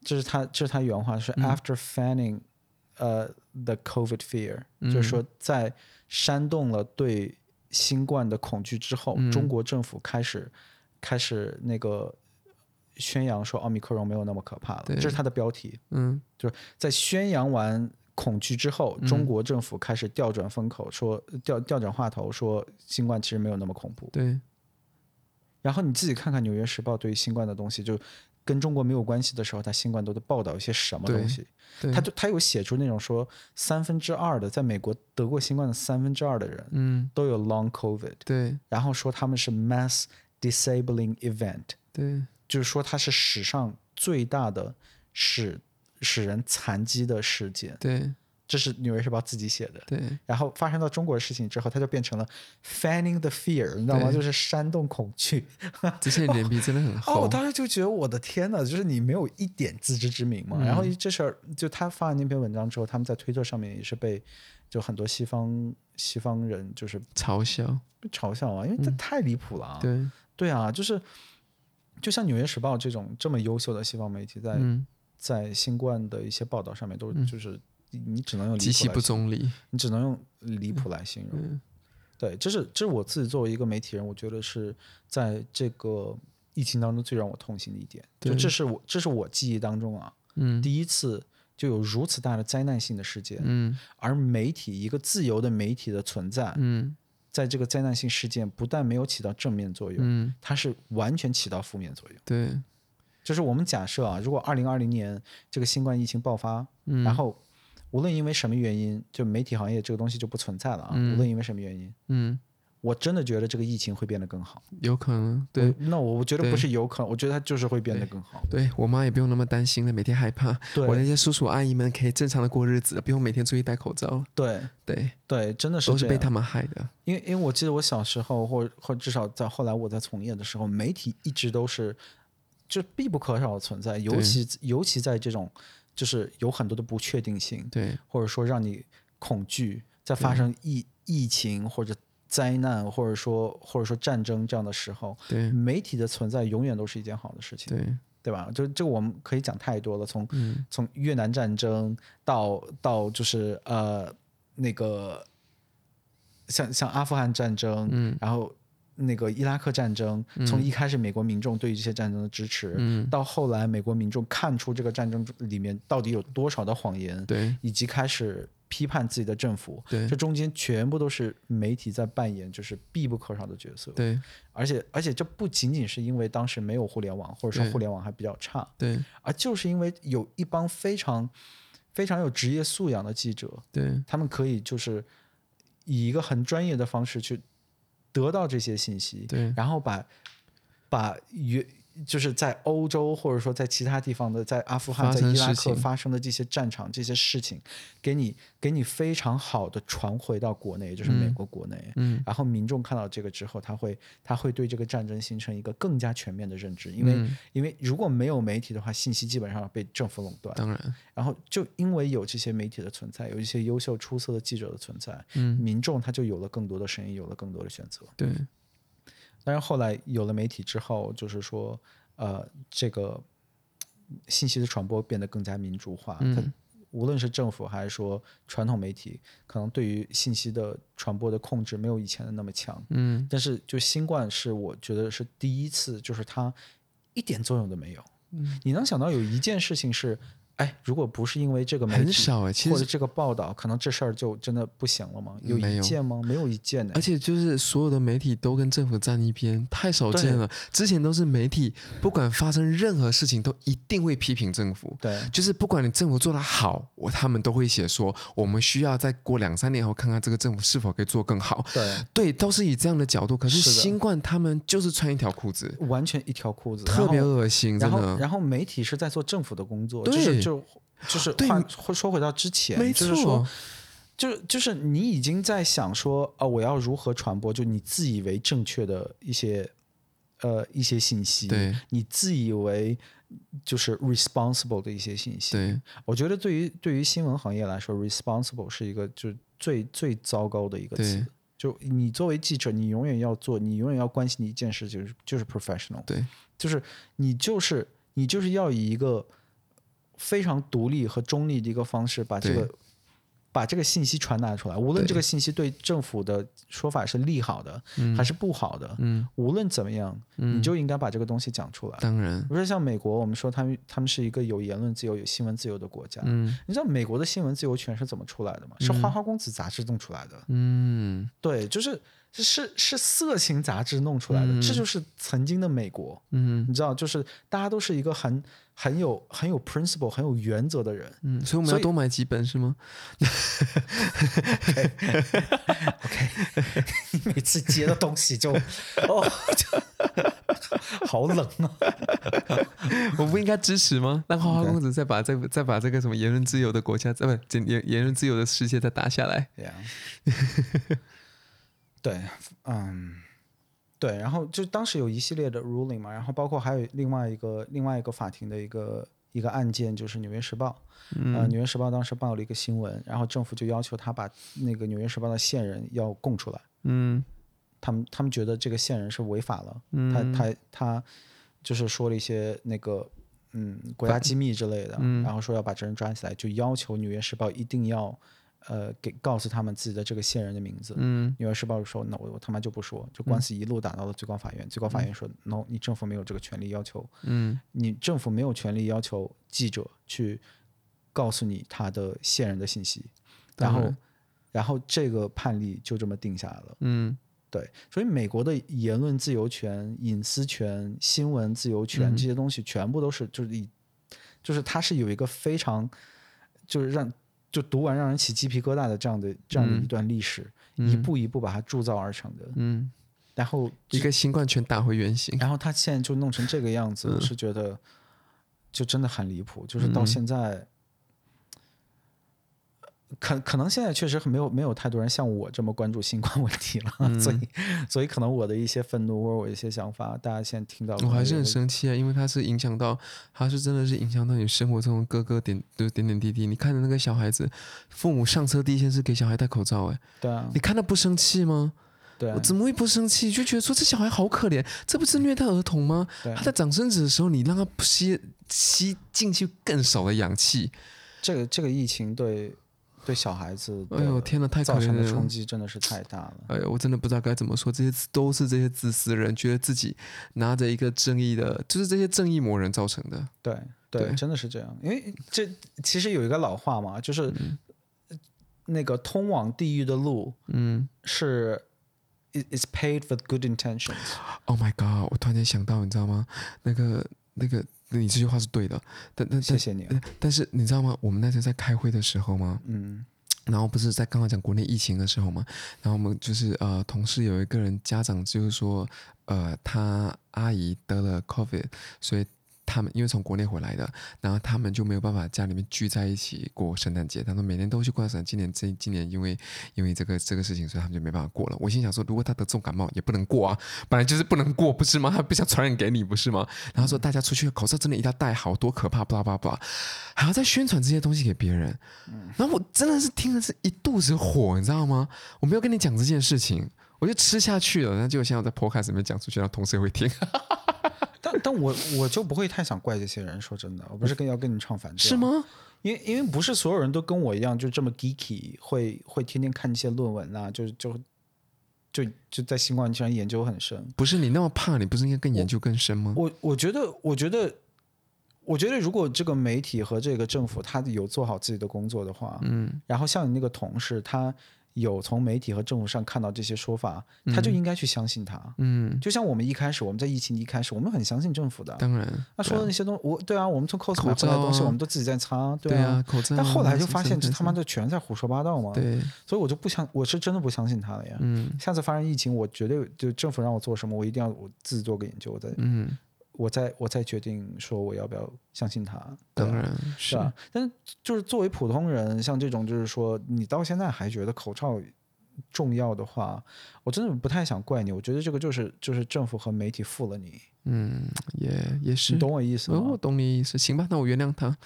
Speaker 2: 这是他这是他原话，是
Speaker 1: 嗯
Speaker 2: after fanning，呃、the COVID fear，、就是
Speaker 1: 嗯
Speaker 2: 说在煽动了对新冠的恐惧之后，
Speaker 1: 嗯
Speaker 2: 中国政府开始开始那个宣扬说奥密克戎没有那么可怕了，
Speaker 1: 对
Speaker 2: 这是他的标题，
Speaker 1: 嗯，
Speaker 2: 就是在宣扬完恐惧之后，中国政府开始调转风口，说调调转话头，说新冠其实没有那么恐怖。
Speaker 1: 对，
Speaker 2: 然后你自己看看《纽约时报》对于新冠的东西，就跟中国没有关系的时候，它新冠都在报道一些什么
Speaker 1: 对
Speaker 2: 东西？
Speaker 1: 对
Speaker 2: 它就它有写出那种说三分之二的在美国得过新冠的三分之二的人
Speaker 1: 嗯，
Speaker 2: 都有 long COVID，
Speaker 1: 对
Speaker 2: 然后说他们是 mass disabling event，
Speaker 1: 对
Speaker 2: 就是说它是史上最大的使使人残疾的事件。
Speaker 1: 对
Speaker 2: 这是《纽约时报》自己写的。
Speaker 1: 对
Speaker 2: 然后发生到中国的事情之后，它就变成了 fanning the fear，你知道吗？
Speaker 1: 对
Speaker 2: 就是煽动恐惧。
Speaker 1: 这 些脸皮真的很
Speaker 2: 哦，我
Speaker 1: 厚，
Speaker 2: 当时就觉得我的天呐，就是你没有一点自知之明嘛。
Speaker 1: 嗯
Speaker 2: 然后这事儿，就他发了那篇文章之后，他们在推特上面也是被就很多西方西方人就是
Speaker 1: 嘲笑，
Speaker 2: 被嘲笑啊，因为这太离谱了啊。
Speaker 1: 嗯对，
Speaker 2: 对啊，就是就像《纽约时报》这种这么优秀的西方媒体在，在、
Speaker 1: 嗯，
Speaker 2: 新冠的一些报道上面都就是你只能用离谱
Speaker 1: 极其
Speaker 2: 来
Speaker 1: 不
Speaker 2: 形
Speaker 1: 中立，
Speaker 2: 你只能用离
Speaker 1: 嗯
Speaker 2: 谱来形容。对，这是这是我自己作为一个媒体人，我觉得是在这个疫情当中最让我痛心的一点。就
Speaker 1: 对
Speaker 2: 这是我这是我记忆当中啊，
Speaker 1: 嗯
Speaker 2: 第一次就有如此大的灾难性的事件，
Speaker 1: 嗯
Speaker 2: 而媒体一个自由的媒体的存在，
Speaker 1: 嗯
Speaker 2: 在这个灾难性事件不但没有起到正面作用，
Speaker 1: 嗯，
Speaker 2: 它是完全起到负面作用。
Speaker 1: 对，
Speaker 2: 就是我们假设啊，如果二零二零年这个新冠疫情爆发，
Speaker 1: 嗯
Speaker 2: 然后无论因为什么原因，就媒体行业这个东西就不存在了啊。无论因为什么原因，
Speaker 1: 嗯，
Speaker 2: 我真的觉得这个疫情会变得更好。
Speaker 1: 有可能，对
Speaker 2: 我，那我我觉得
Speaker 1: 对
Speaker 2: 不是有可能，我觉得它就是会变得更好。
Speaker 1: 对我妈也不用那么担心了，每天害怕，
Speaker 2: 对
Speaker 1: 我那些叔叔阿姨们可以正常的过日子了，不用每天注意戴口罩了，
Speaker 2: 对
Speaker 1: 对，
Speaker 2: 对，真的是
Speaker 1: 都是
Speaker 2: 这
Speaker 1: 被
Speaker 2: 样。
Speaker 1: 他们害的，
Speaker 2: 因为因为我记得我小时候，或或至少在后来我在从业的时候，媒体一直都是就必不可少的存在，尤
Speaker 1: 对
Speaker 2: 其尤其在这种就是有很多的不确定性，
Speaker 1: 对
Speaker 2: 或者说让你恐惧，在发生疫疫情或者灾难，或者说或者说战争这样的时候，
Speaker 1: 对
Speaker 2: 媒体的存在永远都是一件好的事情，
Speaker 1: 对，
Speaker 2: 对吧？就这个我们可以讲太多了，从、从越南战争到到就是呃那个像像阿富汗战争，然后那个伊拉克战争，从一开始美国民众对于这些战争的支持，到后来美国民众看出这个战争里面到底有多少的谎言，
Speaker 1: 对
Speaker 2: 以及开始批判自己的政府，
Speaker 1: 对
Speaker 2: 这中间全部都是媒体在扮演就是必不可少的角色，
Speaker 1: 对
Speaker 2: 而且而且这不仅仅是因为当时没有互联网，或者说
Speaker 1: 对
Speaker 2: 互联网还比较差，
Speaker 1: 对
Speaker 2: 而就是因为有一帮非常非常有职业素养的记者，
Speaker 1: 对
Speaker 2: 他们可以就是以一个很专业的方式去得到这些信息，
Speaker 1: 对
Speaker 2: 然后把把原就是在欧洲或者说在其他地方的，在阿富汗、
Speaker 1: 发
Speaker 2: 在
Speaker 1: 生
Speaker 2: 伊拉
Speaker 1: 事
Speaker 2: 克
Speaker 1: 情
Speaker 2: 发生的这些战场、这些事情，给你给你非常好的传回到国内，就是美国国内。
Speaker 1: 嗯
Speaker 2: 然后民众看到这个之后，他会他会对这个战争形成一个更加全面的认知，因为、
Speaker 1: 嗯
Speaker 2: 因为如果没有媒体的话，信息基本上被政府垄断。
Speaker 1: 当然
Speaker 2: 然后就因为有这些媒体的存在，有一些优秀出色的记者的存在，民众他就有了更多的声音，有了更多的选择。
Speaker 1: 对
Speaker 2: 但是后来有了媒体之后，就是说，呃，这个信息的传播变得更加民主化。它无论是政府还是说传统媒体，可能对于信息的传播的控制没有以前的那么强。
Speaker 1: 嗯
Speaker 2: 但是就新冠是我觉得是第一次，就是它一点作用都没有。嗯、你能想到有一件事情是，哎，如果不是因为这个媒体
Speaker 1: 很少哎，其
Speaker 2: 或者
Speaker 1: 实
Speaker 2: 这个报道，可能这事儿就真的不行了吗？有
Speaker 1: 没
Speaker 2: 一
Speaker 1: 有
Speaker 2: 件吗？没有一件呢
Speaker 1: 而。且就是所有的媒体都跟政府站一边，太少见了。之前都是媒体，不管发生任何事情，都一定会批评政府。
Speaker 2: 对
Speaker 1: 就是不管你政府做得好，我他们都会写说，我们需要再过两三年后看看这个政府是否可以做更好。
Speaker 2: 对，
Speaker 1: 对，都是以这样的角度。可是
Speaker 2: 是的
Speaker 1: 新冠他们就是穿一条裤子，
Speaker 2: 完全一条裤子，
Speaker 1: 特别
Speaker 2: 然后
Speaker 1: 恶心，真
Speaker 2: 然后，
Speaker 1: 的。
Speaker 2: 然后媒体是在做政府的工作，就
Speaker 1: 对
Speaker 2: 是就就是
Speaker 1: 对
Speaker 2: 话会说回到之前，
Speaker 1: 没
Speaker 2: 就是说
Speaker 1: 错，，
Speaker 2: 就是就是你已经在想说啊、我要如何传播，就你自以为正确的一些呃一些信息，
Speaker 1: 对
Speaker 2: 你自以为就是 responsible 的一些信息，
Speaker 1: 对
Speaker 2: 我觉得对于对于新闻行业来说，responsible 是一个就最最糟糕的一个词
Speaker 1: 对。
Speaker 2: 就你作为记者，你永远要做，你永远要关心的一件事就是就是 professional，
Speaker 1: 对，
Speaker 2: 就是你就是你就是要以一个非常独立和中立的一个方式把这个
Speaker 1: 对
Speaker 2: 把这个信息传达出来，无论
Speaker 1: 对
Speaker 2: 这个信息对政府的说法是利好的还是不好的，
Speaker 1: 嗯，
Speaker 2: 无论怎么样，你就应该把这个东西讲出来。
Speaker 1: 当然，
Speaker 2: 不是像美国，我们说他们他们是一个有言论自由、有新闻自由的国家。
Speaker 1: 嗯
Speaker 2: 你知道美国的新闻自由权是怎么出来的吗？是《花花公子》杂志弄出来的。
Speaker 1: 嗯
Speaker 2: 对，就是是是色情杂志弄出来的。这就是曾经的美国，
Speaker 1: 嗯
Speaker 2: 你知道，就是大家都是一个很很有很有 principle、很有原则的人。
Speaker 1: 嗯，所以我们
Speaker 2: 所
Speaker 1: 要
Speaker 2: 以
Speaker 1: 多买几本是吗？
Speaker 2: 你每次接的东西就 哦，就 好冷啊！
Speaker 1: 我不应该支持吗？让花花公子再把这再把这个什么言论自由的国家，呃，不，这言言论自由的世界再打下来。
Speaker 2: 对呀， 对，嗯，对，然后就当时有一系列的 ruling 嘛，然后包括还有另外一个另外一个法庭的一个一个案件，就是《纽约时报》呃，《纽约时报》当时报了一个新闻，然后政府就要求他把那个《纽约时报》的线人要供出来，
Speaker 1: 嗯
Speaker 2: 他们他们觉得这个线人是违法了，
Speaker 1: 嗯
Speaker 2: 他他他就是说了一些那个。嗯，国家机密之类的，
Speaker 1: 嗯
Speaker 2: 然后说要把这人抓起来，就要求《纽约时报》一定要，呃，给告诉他们自己的这个线人的名字。
Speaker 1: 嗯
Speaker 2: 纽约时报说，那我我他妈就不说，就官司一路打到了最高法院，最高法院说，no，你政府没有这个权利要求，
Speaker 1: 嗯
Speaker 2: 你政府没有权利要求记者去告诉你他的线人的信息，
Speaker 1: 当
Speaker 2: 然后
Speaker 1: 然
Speaker 2: 然后这个判例就这么定下来了。
Speaker 1: 嗯，
Speaker 2: 对，所以美国的言论自由权、隐私权、新闻自由权这些东西，全部都是就是以，就是它是有一个非常，就是让就读完让人起鸡皮疙瘩的这样的这样的一段历史，一步一步把它铸造而成的。
Speaker 1: 嗯，
Speaker 2: 然后
Speaker 1: 一个新冠全打回原形。
Speaker 2: 然后他现在就弄成这个样
Speaker 1: 嗯
Speaker 2: 子，我是觉得就真的很离谱。就是到现在，可可能现在确实没有没有太多人像我这么关注新冠问题了，
Speaker 1: 嗯
Speaker 2: 所以所以可能我的一些愤怒或者我一些想法，大家现在听到
Speaker 1: 我还是很
Speaker 2: 深。
Speaker 1: 生气啊，因为它是影响到，它是真的是影响到你生活中的各个点，就是点点滴滴。你看着那个小孩子，父母上车第一件事给小孩戴口罩、哎，
Speaker 2: 对啊
Speaker 1: 你看到不生气吗？
Speaker 2: 对啊
Speaker 1: 我，怎么会不生气？就觉得说这小孩好可怜，这不是虐待儿童吗？
Speaker 2: 对啊
Speaker 1: 他在长身子的时候，你让他吸吸进去更少的氧气，
Speaker 2: 这个这个疫情对对小孩子的
Speaker 1: 哎呦天哪，太可
Speaker 2: 造
Speaker 1: 怜
Speaker 2: 成的
Speaker 1: 人了
Speaker 2: 冲！击真的是太大了。
Speaker 1: 哎呦，我真的不知道该怎么说，这些自都是这些自私人觉得自己拿着一个正义的，就是这些正义魔人造成的。
Speaker 2: 对对，
Speaker 1: 对
Speaker 2: 真的是这样。因为这其实有一个老话嘛，就是、那个通往地狱的路
Speaker 1: 嗯
Speaker 2: 是 i- is paved with good intentions。
Speaker 1: ，Oh my god！我突然间想到，你知道吗？那个那个，你这句话是对的，但但
Speaker 2: 谢
Speaker 1: 但
Speaker 2: 谢你啊，
Speaker 1: 但是你知道吗？我们那天在开会的时候吗？
Speaker 2: 嗯
Speaker 1: 然后不是在刚刚讲国内疫情的时候嘛，然后我们就是呃，同事有一个人家长就是说，呃，他阿姨得了 COVID，所以他们因为从国内回来的，然后他们就没有办法家里面聚在一起过圣诞节。他们每年都去过圣诞，今年这今年因为因为这个这个事情，所以他们就没办法过了。我心想说，如果他得重感冒也不能过啊，本来就是不能过，不是吗？他不想传染给你，不是吗？然后说大家出去口罩真的一定要戴好，多可怕，巴拉巴拉巴拉，还要再宣传这些东西给别人。然后我真的是听的是一肚子火，你知道吗？我没有跟你讲这件事情，我就吃下去了。那结果现在我在 podcast 里面讲出去，然后同事也会 听，
Speaker 2: 但但我我就不会太想怪这些人。说真的，我不是跟要跟你唱反
Speaker 1: 嗯
Speaker 2: 调，
Speaker 1: 是？吗？
Speaker 2: 因为因为不是所有人都跟我一样就这么 geeky，会会天天看一些论文啊，就就就就在新冠上研究很深。
Speaker 1: 不是你那么怕，你不是应该更研究更深吗？
Speaker 2: 我我觉得，我觉得，我觉得，如果这个媒体和这个政府他有做好自己的工作的话，
Speaker 1: 嗯，
Speaker 2: 然后像你那个同事，他有从媒体和政府上看到这些说法，他就应该去相信他。
Speaker 1: 嗯，
Speaker 2: 就像我们一开始，我们在疫情一开始，我们很相信政府的。
Speaker 1: 当然，
Speaker 2: 他说的那些东我对啊，我们从 cos
Speaker 1: 口
Speaker 2: 买回来的东西，
Speaker 1: 罩啊
Speaker 2: 我们都自己在擦，
Speaker 1: 对
Speaker 2: 啊
Speaker 1: 啊，。口罩啊。
Speaker 2: 但后来就
Speaker 1: 什么
Speaker 2: 发现这
Speaker 1: 什么
Speaker 2: 他妈的全在胡说八道嘛，
Speaker 1: 对，
Speaker 2: 所以我就不相，我是真的不相信他了呀。
Speaker 1: 嗯
Speaker 2: 下次发生疫情，我绝对就政府让我做什么，我一定要我自己做个研究，我再
Speaker 1: 嗯，
Speaker 2: 我再我再决定说我要不要相信他，对
Speaker 1: 当
Speaker 2: 吧？
Speaker 1: 然
Speaker 2: 是
Speaker 1: 是
Speaker 2: 吧？但是就是作为普通人，像这种就是说你到现在还觉得口罩重要的话，我真的不太想怪你。我觉得这个就是就是政府和媒体负了你，
Speaker 1: 嗯，也也是
Speaker 2: 你。懂我意思
Speaker 1: 哦，
Speaker 2: 吗？
Speaker 1: 我懂你意思，行吧，那我原谅他。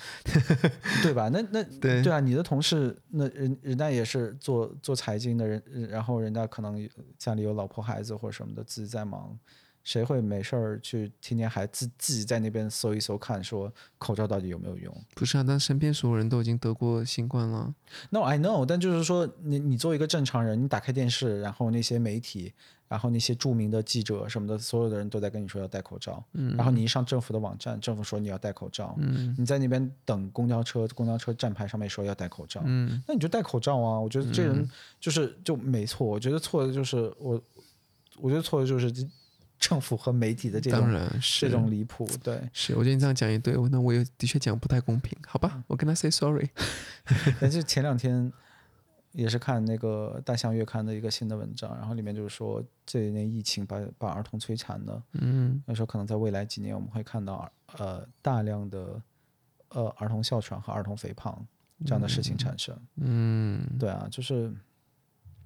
Speaker 2: 对吧？那那
Speaker 1: 对
Speaker 2: 啊，你的同事那人人家也是做做财经的人，人然后人家可能家里有老婆孩子或者什么的，自己在忙，谁会没事儿去天天还自自己在那边搜一搜看，说口罩到底有没有用？
Speaker 1: 不是啊，但身边所有人都已经得过新冠了。
Speaker 2: No, I know，但就是说，你你作为一个正常人，你打开电视，然后那些媒体，然后那些著名的记者什么的，所有的人都在跟你说要戴口罩。
Speaker 1: 嗯
Speaker 2: 然后你一上政府的网站，政府说你要戴口罩。你在那边等公交车，公交车站牌上面说要戴口罩。
Speaker 1: 嗯
Speaker 2: 那你就戴口罩啊！我觉得这人就是、就没错，我觉得错的就是我，我觉得错的就是这政府和媒体的这
Speaker 1: 当
Speaker 2: 种
Speaker 1: 然是
Speaker 2: 这种离谱。对，
Speaker 1: 是，我觉得你这样讲也对，我那我也的确讲不太公平，好
Speaker 2: 嗯
Speaker 1: 吧，我跟他 say sorry。
Speaker 2: 但是前两天也是看那个《大象月刊》的一个新的文章，然后里面就是说这一年疫情把把儿童摧残的，
Speaker 1: 嗯
Speaker 2: 那时候可能在未来几年我们会看到儿呃大量的呃儿童哮喘和儿童肥胖这样的事情产生。
Speaker 1: 嗯
Speaker 2: 对啊，就是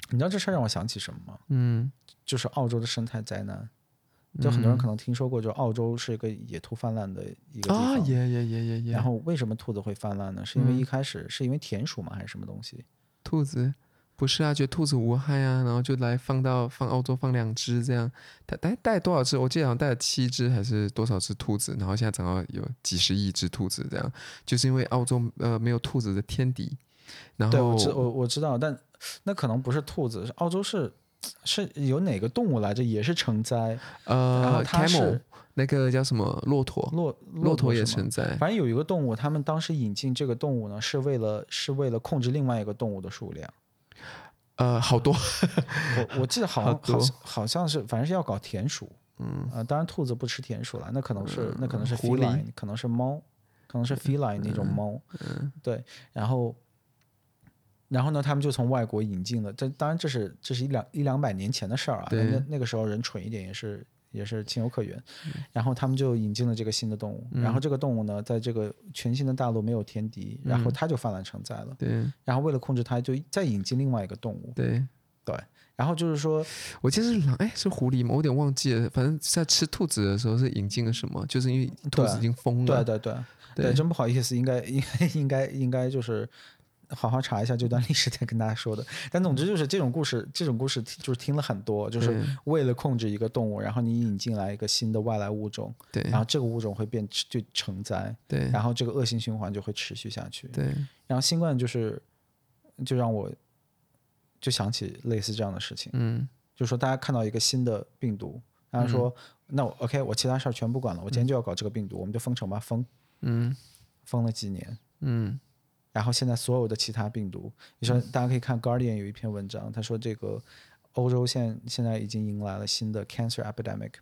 Speaker 2: 你知道这事儿让我想起什么吗？
Speaker 1: 嗯，
Speaker 2: 就是澳洲的生态灾难。就很多人可能听说过，就澳洲是一个野兔泛滥的一个地
Speaker 1: 啊，
Speaker 2: 方。
Speaker 1: 也也也也也
Speaker 2: 然，后为什么兔子会泛滥呢？是因为
Speaker 1: 嗯
Speaker 2: 一开始、是因为田鼠吗？还是什么东西？
Speaker 1: 兔子不是啊，觉得兔子无害啊，然后就来放到放澳洲放两只这样，带带带多少只？我记得好像带了七只还是多少只兔子，然后现在涨到有几十亿只兔子这样，就是因为澳洲呃没有兔子的天敌，然
Speaker 2: 对，我知
Speaker 1: 后
Speaker 2: 我我知道，但那可能不是兔子，是澳洲是是有哪个动物来着？也是成灾，然后
Speaker 1: 呃
Speaker 2: 它
Speaker 1: ，camel
Speaker 2: 是
Speaker 1: 那个叫什么骆驼，
Speaker 2: 骆
Speaker 1: 骆驼也
Speaker 2: 是吗
Speaker 1: 存在，
Speaker 2: 反正有一个动物，他们当时引进这个动物呢，是为了是为了控制另外一个动物的数量。
Speaker 1: 呃，好多，
Speaker 2: 我我记得好像
Speaker 1: 好
Speaker 2: 好
Speaker 1: 多
Speaker 2: 像好像是，反正是要搞田鼠。嗯，呃，当然兔子不吃田鼠了，那可能是那可能是
Speaker 1: 嗯狐狸嗯
Speaker 2: feline，可能是猫，可能是 feline 那种猫。嗯，对，然后。然后呢，他们就从外国引进了，这当然这是这是一两一两百年前的事儿啊，那
Speaker 1: 对嗯
Speaker 2: 那那个时候人蠢一点也是也是情有可原。然后他们就引进了这个新的动物，然后这个动物呢，在这个全新的大陆没有天敌，然
Speaker 1: 嗯
Speaker 2: 后它就泛滥成灾了。
Speaker 1: 对
Speaker 2: 然后为了控制它，就再引进另外一个动物，
Speaker 1: 对。
Speaker 2: 对。然后就是说，
Speaker 1: 我记得是狼，哎，是狐狸吗？我有点忘记了。反正在吃兔子的时候是引进了什么，就是因为兔
Speaker 2: 对
Speaker 1: 子已经疯
Speaker 2: 对
Speaker 1: 了。
Speaker 2: 对对
Speaker 1: 对
Speaker 2: 真不好意思，应该 应该应该应该就是好好查一下这段历史再跟大家说的。 但总之就是这种故事，这种故事听就是听了很多，就是
Speaker 1: 对
Speaker 2: 为了控制一个动物，然后你引进来一个新的外来物种，
Speaker 1: 对
Speaker 2: 然后这个物种会变就成灾，
Speaker 1: 对
Speaker 2: 然后这个恶性循环就会持续下去。
Speaker 1: 对
Speaker 2: 然后新冠就是就让我就想起类似这样的事情，
Speaker 1: 嗯
Speaker 2: 就是说大家看到一个新的病毒，大家说、那我 OK，我其他事儿全不管了，我今天就要搞这个病毒，我们就封城吧，封
Speaker 1: 嗯
Speaker 2: 封了几年，
Speaker 1: 嗯
Speaker 2: 然后现在所有的其他病毒，你说大家可以看《Guardian》有一篇文章，他说这个欧洲现现在已经迎来了新的 cancer epidemic，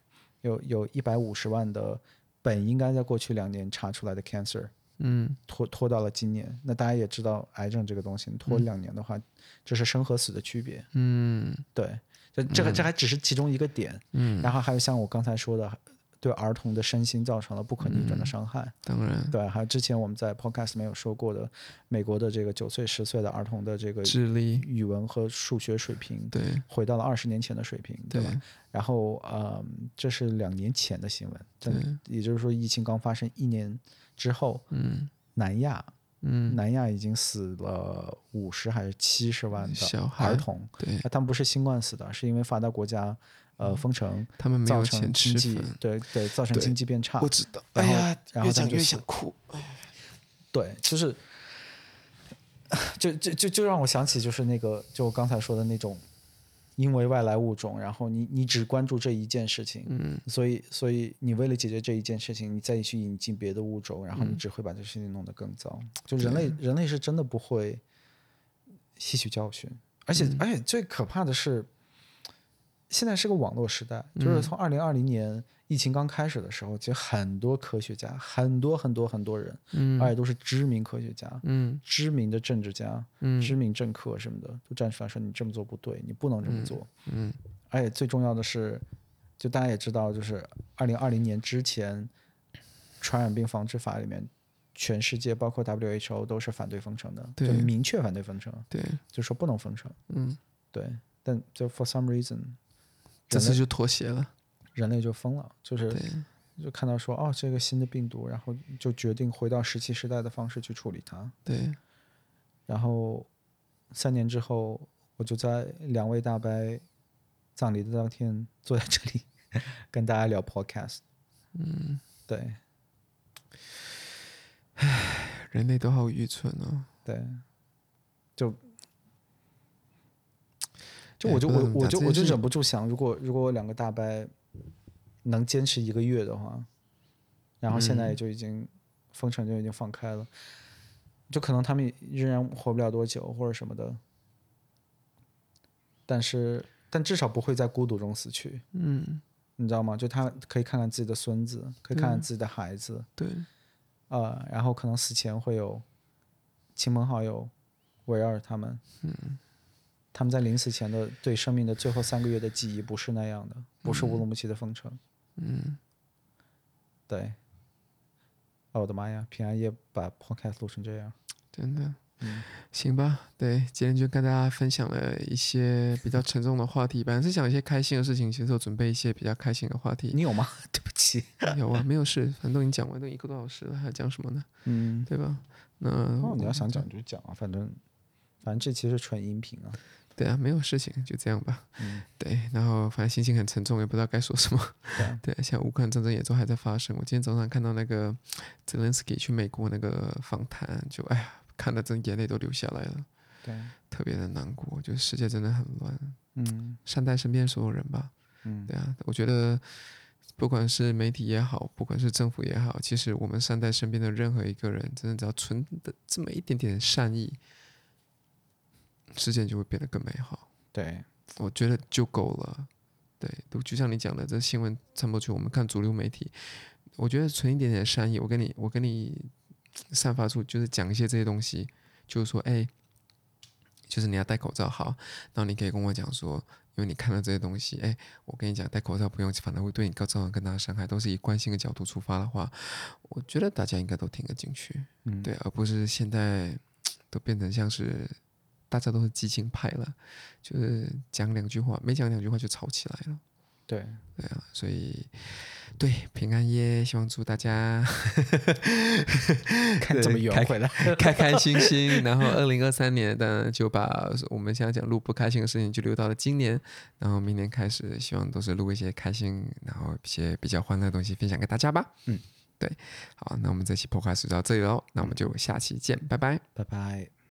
Speaker 2: 有有一百五十万的本应该在过去两年查出来的 cancer
Speaker 1: 嗯
Speaker 2: 拖拖到了今年。那大家也知道，癌症这个东西拖两年的话，这是生和死的区别。
Speaker 1: 嗯
Speaker 2: 对，这这个这还只是其中一个点。
Speaker 1: 嗯，
Speaker 2: 然后还有像我刚才说的，对儿童的身心造成了不可逆转的伤害。
Speaker 1: 当然，
Speaker 2: 对，啊还有之前我们在 podcast 里面有说过的，美国的这个九岁、十岁的儿童的这个
Speaker 1: 智力
Speaker 2: 语文和数学水平，
Speaker 1: 对
Speaker 2: 回到了二十年前的水平，对吧？
Speaker 1: 对
Speaker 2: 然后，嗯，这是两年前的新闻，真的，也就是说，疫情刚发生一年之后，
Speaker 1: 嗯
Speaker 2: 南亚，
Speaker 1: 嗯
Speaker 2: 南亚已经死了五十还是七十万的
Speaker 1: 小孩
Speaker 2: 儿童，
Speaker 1: 对，
Speaker 2: 啊他们不是新冠死的，是因为发达国家呃封城，
Speaker 1: 他们没
Speaker 2: 造
Speaker 1: 有
Speaker 2: 成
Speaker 1: 钱吃
Speaker 2: 经济
Speaker 1: 饭，，
Speaker 2: 对对，造成
Speaker 1: 对
Speaker 2: 经济变差
Speaker 1: 我，知道。
Speaker 2: 然
Speaker 1: 哎
Speaker 2: 后
Speaker 1: 呀
Speaker 2: 然，后
Speaker 1: 越
Speaker 2: 他
Speaker 1: 讲
Speaker 2: 们就
Speaker 1: 越
Speaker 2: 死
Speaker 1: 想哭。
Speaker 2: 对，就是，就就就就让我想起就是那个就我刚才说的那种，因为外来物种，然后你你只关注这一件事情，
Speaker 1: 嗯，
Speaker 2: 所以所以你为了解决这一件事情，你再去引进别的物种，然后你只会把这事情弄得更糟。就人类人类是真的不会吸取教训，而且、而且最可怕的是。现在是个网络时代，就是从二零二零年疫情刚开始的时候，其实很多科学家，很多很多很多人，而
Speaker 1: 嗯
Speaker 2: 且都是知名科学家、
Speaker 1: 嗯
Speaker 2: 知名的政治家、
Speaker 1: 嗯
Speaker 2: 知名政客什么的，都站出来说你这么做不对，你不能这么做。
Speaker 1: 嗯
Speaker 2: 而且最重要的是，就大家也知道，就是二零二零年之前，传染病防治法里面，全世界包括 WHO 都是反对封城的，就
Speaker 1: 对
Speaker 2: 明确反对封城，
Speaker 1: 对，
Speaker 2: 就说不能封城。
Speaker 1: 嗯，
Speaker 2: 对，但就 for some reason，
Speaker 1: 这
Speaker 2: 人
Speaker 1: 次
Speaker 2: 类
Speaker 1: 就妥协了。
Speaker 2: 人类就疯了，就是
Speaker 1: 对，
Speaker 2: 就看到说哦这个新的病毒，然后就决定回到石器时代的方式去处理它。
Speaker 1: 对，
Speaker 2: 然后三年之后，我就在两位大伯葬礼的当天坐在这里 跟大家聊 podcast。
Speaker 1: 嗯，
Speaker 2: 对
Speaker 1: 人类都好愚蠢哦。
Speaker 2: 对，就就
Speaker 1: 哎
Speaker 2: 我就
Speaker 1: 不知道
Speaker 2: 我
Speaker 1: 怎么
Speaker 2: 我
Speaker 1: 讲
Speaker 2: 就
Speaker 1: 这
Speaker 2: 我
Speaker 1: 件
Speaker 2: 就
Speaker 1: 事
Speaker 2: 忍不住想，如果如果两个大伯能坚持一个月的话，然后
Speaker 1: 嗯
Speaker 2: 现在也就已经、封城就已经放开了，就可能他们仍然活不了多久或者什么的，但是但至少不会在孤独中死去，
Speaker 1: 嗯，
Speaker 2: 你知道吗？就他可以看看自己的孙子，可以看看自己的孩子，
Speaker 1: 对，
Speaker 2: 呃，然后可能死前会有亲朋好友围绕着他们，嗯他们在临死前的对生命的最后三个月的记忆不是那样的，不是乌鲁木齐的封城，
Speaker 1: 嗯，
Speaker 2: 对。哦，我的妈呀！平安夜把 podcast 录成这样，
Speaker 1: 真的。
Speaker 2: 嗯
Speaker 1: 行吧，对，今天就跟大家分享了一些比较沉重的话题。本来是讲一些开心的事情，其实我准备一些比较开心的话题。
Speaker 2: 你有吗？对不起，
Speaker 1: 有啊，没有事，反正都已经讲完，都一个多小时了，还讲什么呢？
Speaker 2: 嗯，
Speaker 1: 对吧？那、
Speaker 2: 哦，你要想讲就讲啊，反正反正这期是纯音频啊，
Speaker 1: 对啊，没有事情，就这样吧。
Speaker 2: 嗯
Speaker 1: 对，然后反正心情很沉重，也不知道该说什么。
Speaker 2: 对 啊
Speaker 1: 对，像乌克兰战争也都还在发生。我今天早上看到那个泽连斯基去美国那个访谈，就哎呀，看得真眼泪都流下来了，
Speaker 2: 对，
Speaker 1: 特别的难过。就是世界真的很乱，
Speaker 2: 嗯
Speaker 1: 善待身边所有人吧。
Speaker 2: 嗯，
Speaker 1: 对啊，我觉得不管是媒体也好，不管是政府也好，其实我们善待身边的任何一个人，真的只要存的这么一点点善意，世界就会变得更美好。
Speaker 2: 对，
Speaker 1: 我觉得就够了。对，都就像你讲的，这新闻传播去，我们看主流媒体，我觉得存一点点善意，我跟你，我跟你散发出，就是讲一些这些东西，就是说，哎，就是你要戴口罩，好，然后你可以跟我讲说，因为你看到这些东西，哎，我跟你讲，戴口罩不用，反而会对你造成更大的伤害，都是以关心的角度出发的话，我觉得大家应该都听得进去，
Speaker 2: 嗯
Speaker 1: 对，而不是现在都变成像是大家都是激进派了，就是讲两句话，没讲两句话就吵起来了。
Speaker 2: 对，
Speaker 1: 对啊，所以对平安夜，希望祝大家
Speaker 2: 看这么
Speaker 1: 开
Speaker 2: 圆回来，
Speaker 1: 开开心心。然后二零二三年，当然就把我们现在讲录不开心的事情就留到了今年，然后明年开始，希望都是录一些开心，然后一些比较欢乐的东西分享给大家吧。
Speaker 2: 嗯，
Speaker 1: 对，好，那我们这期 podcast 就到这里喽，那我们就下期见，拜拜。
Speaker 2: 拜拜。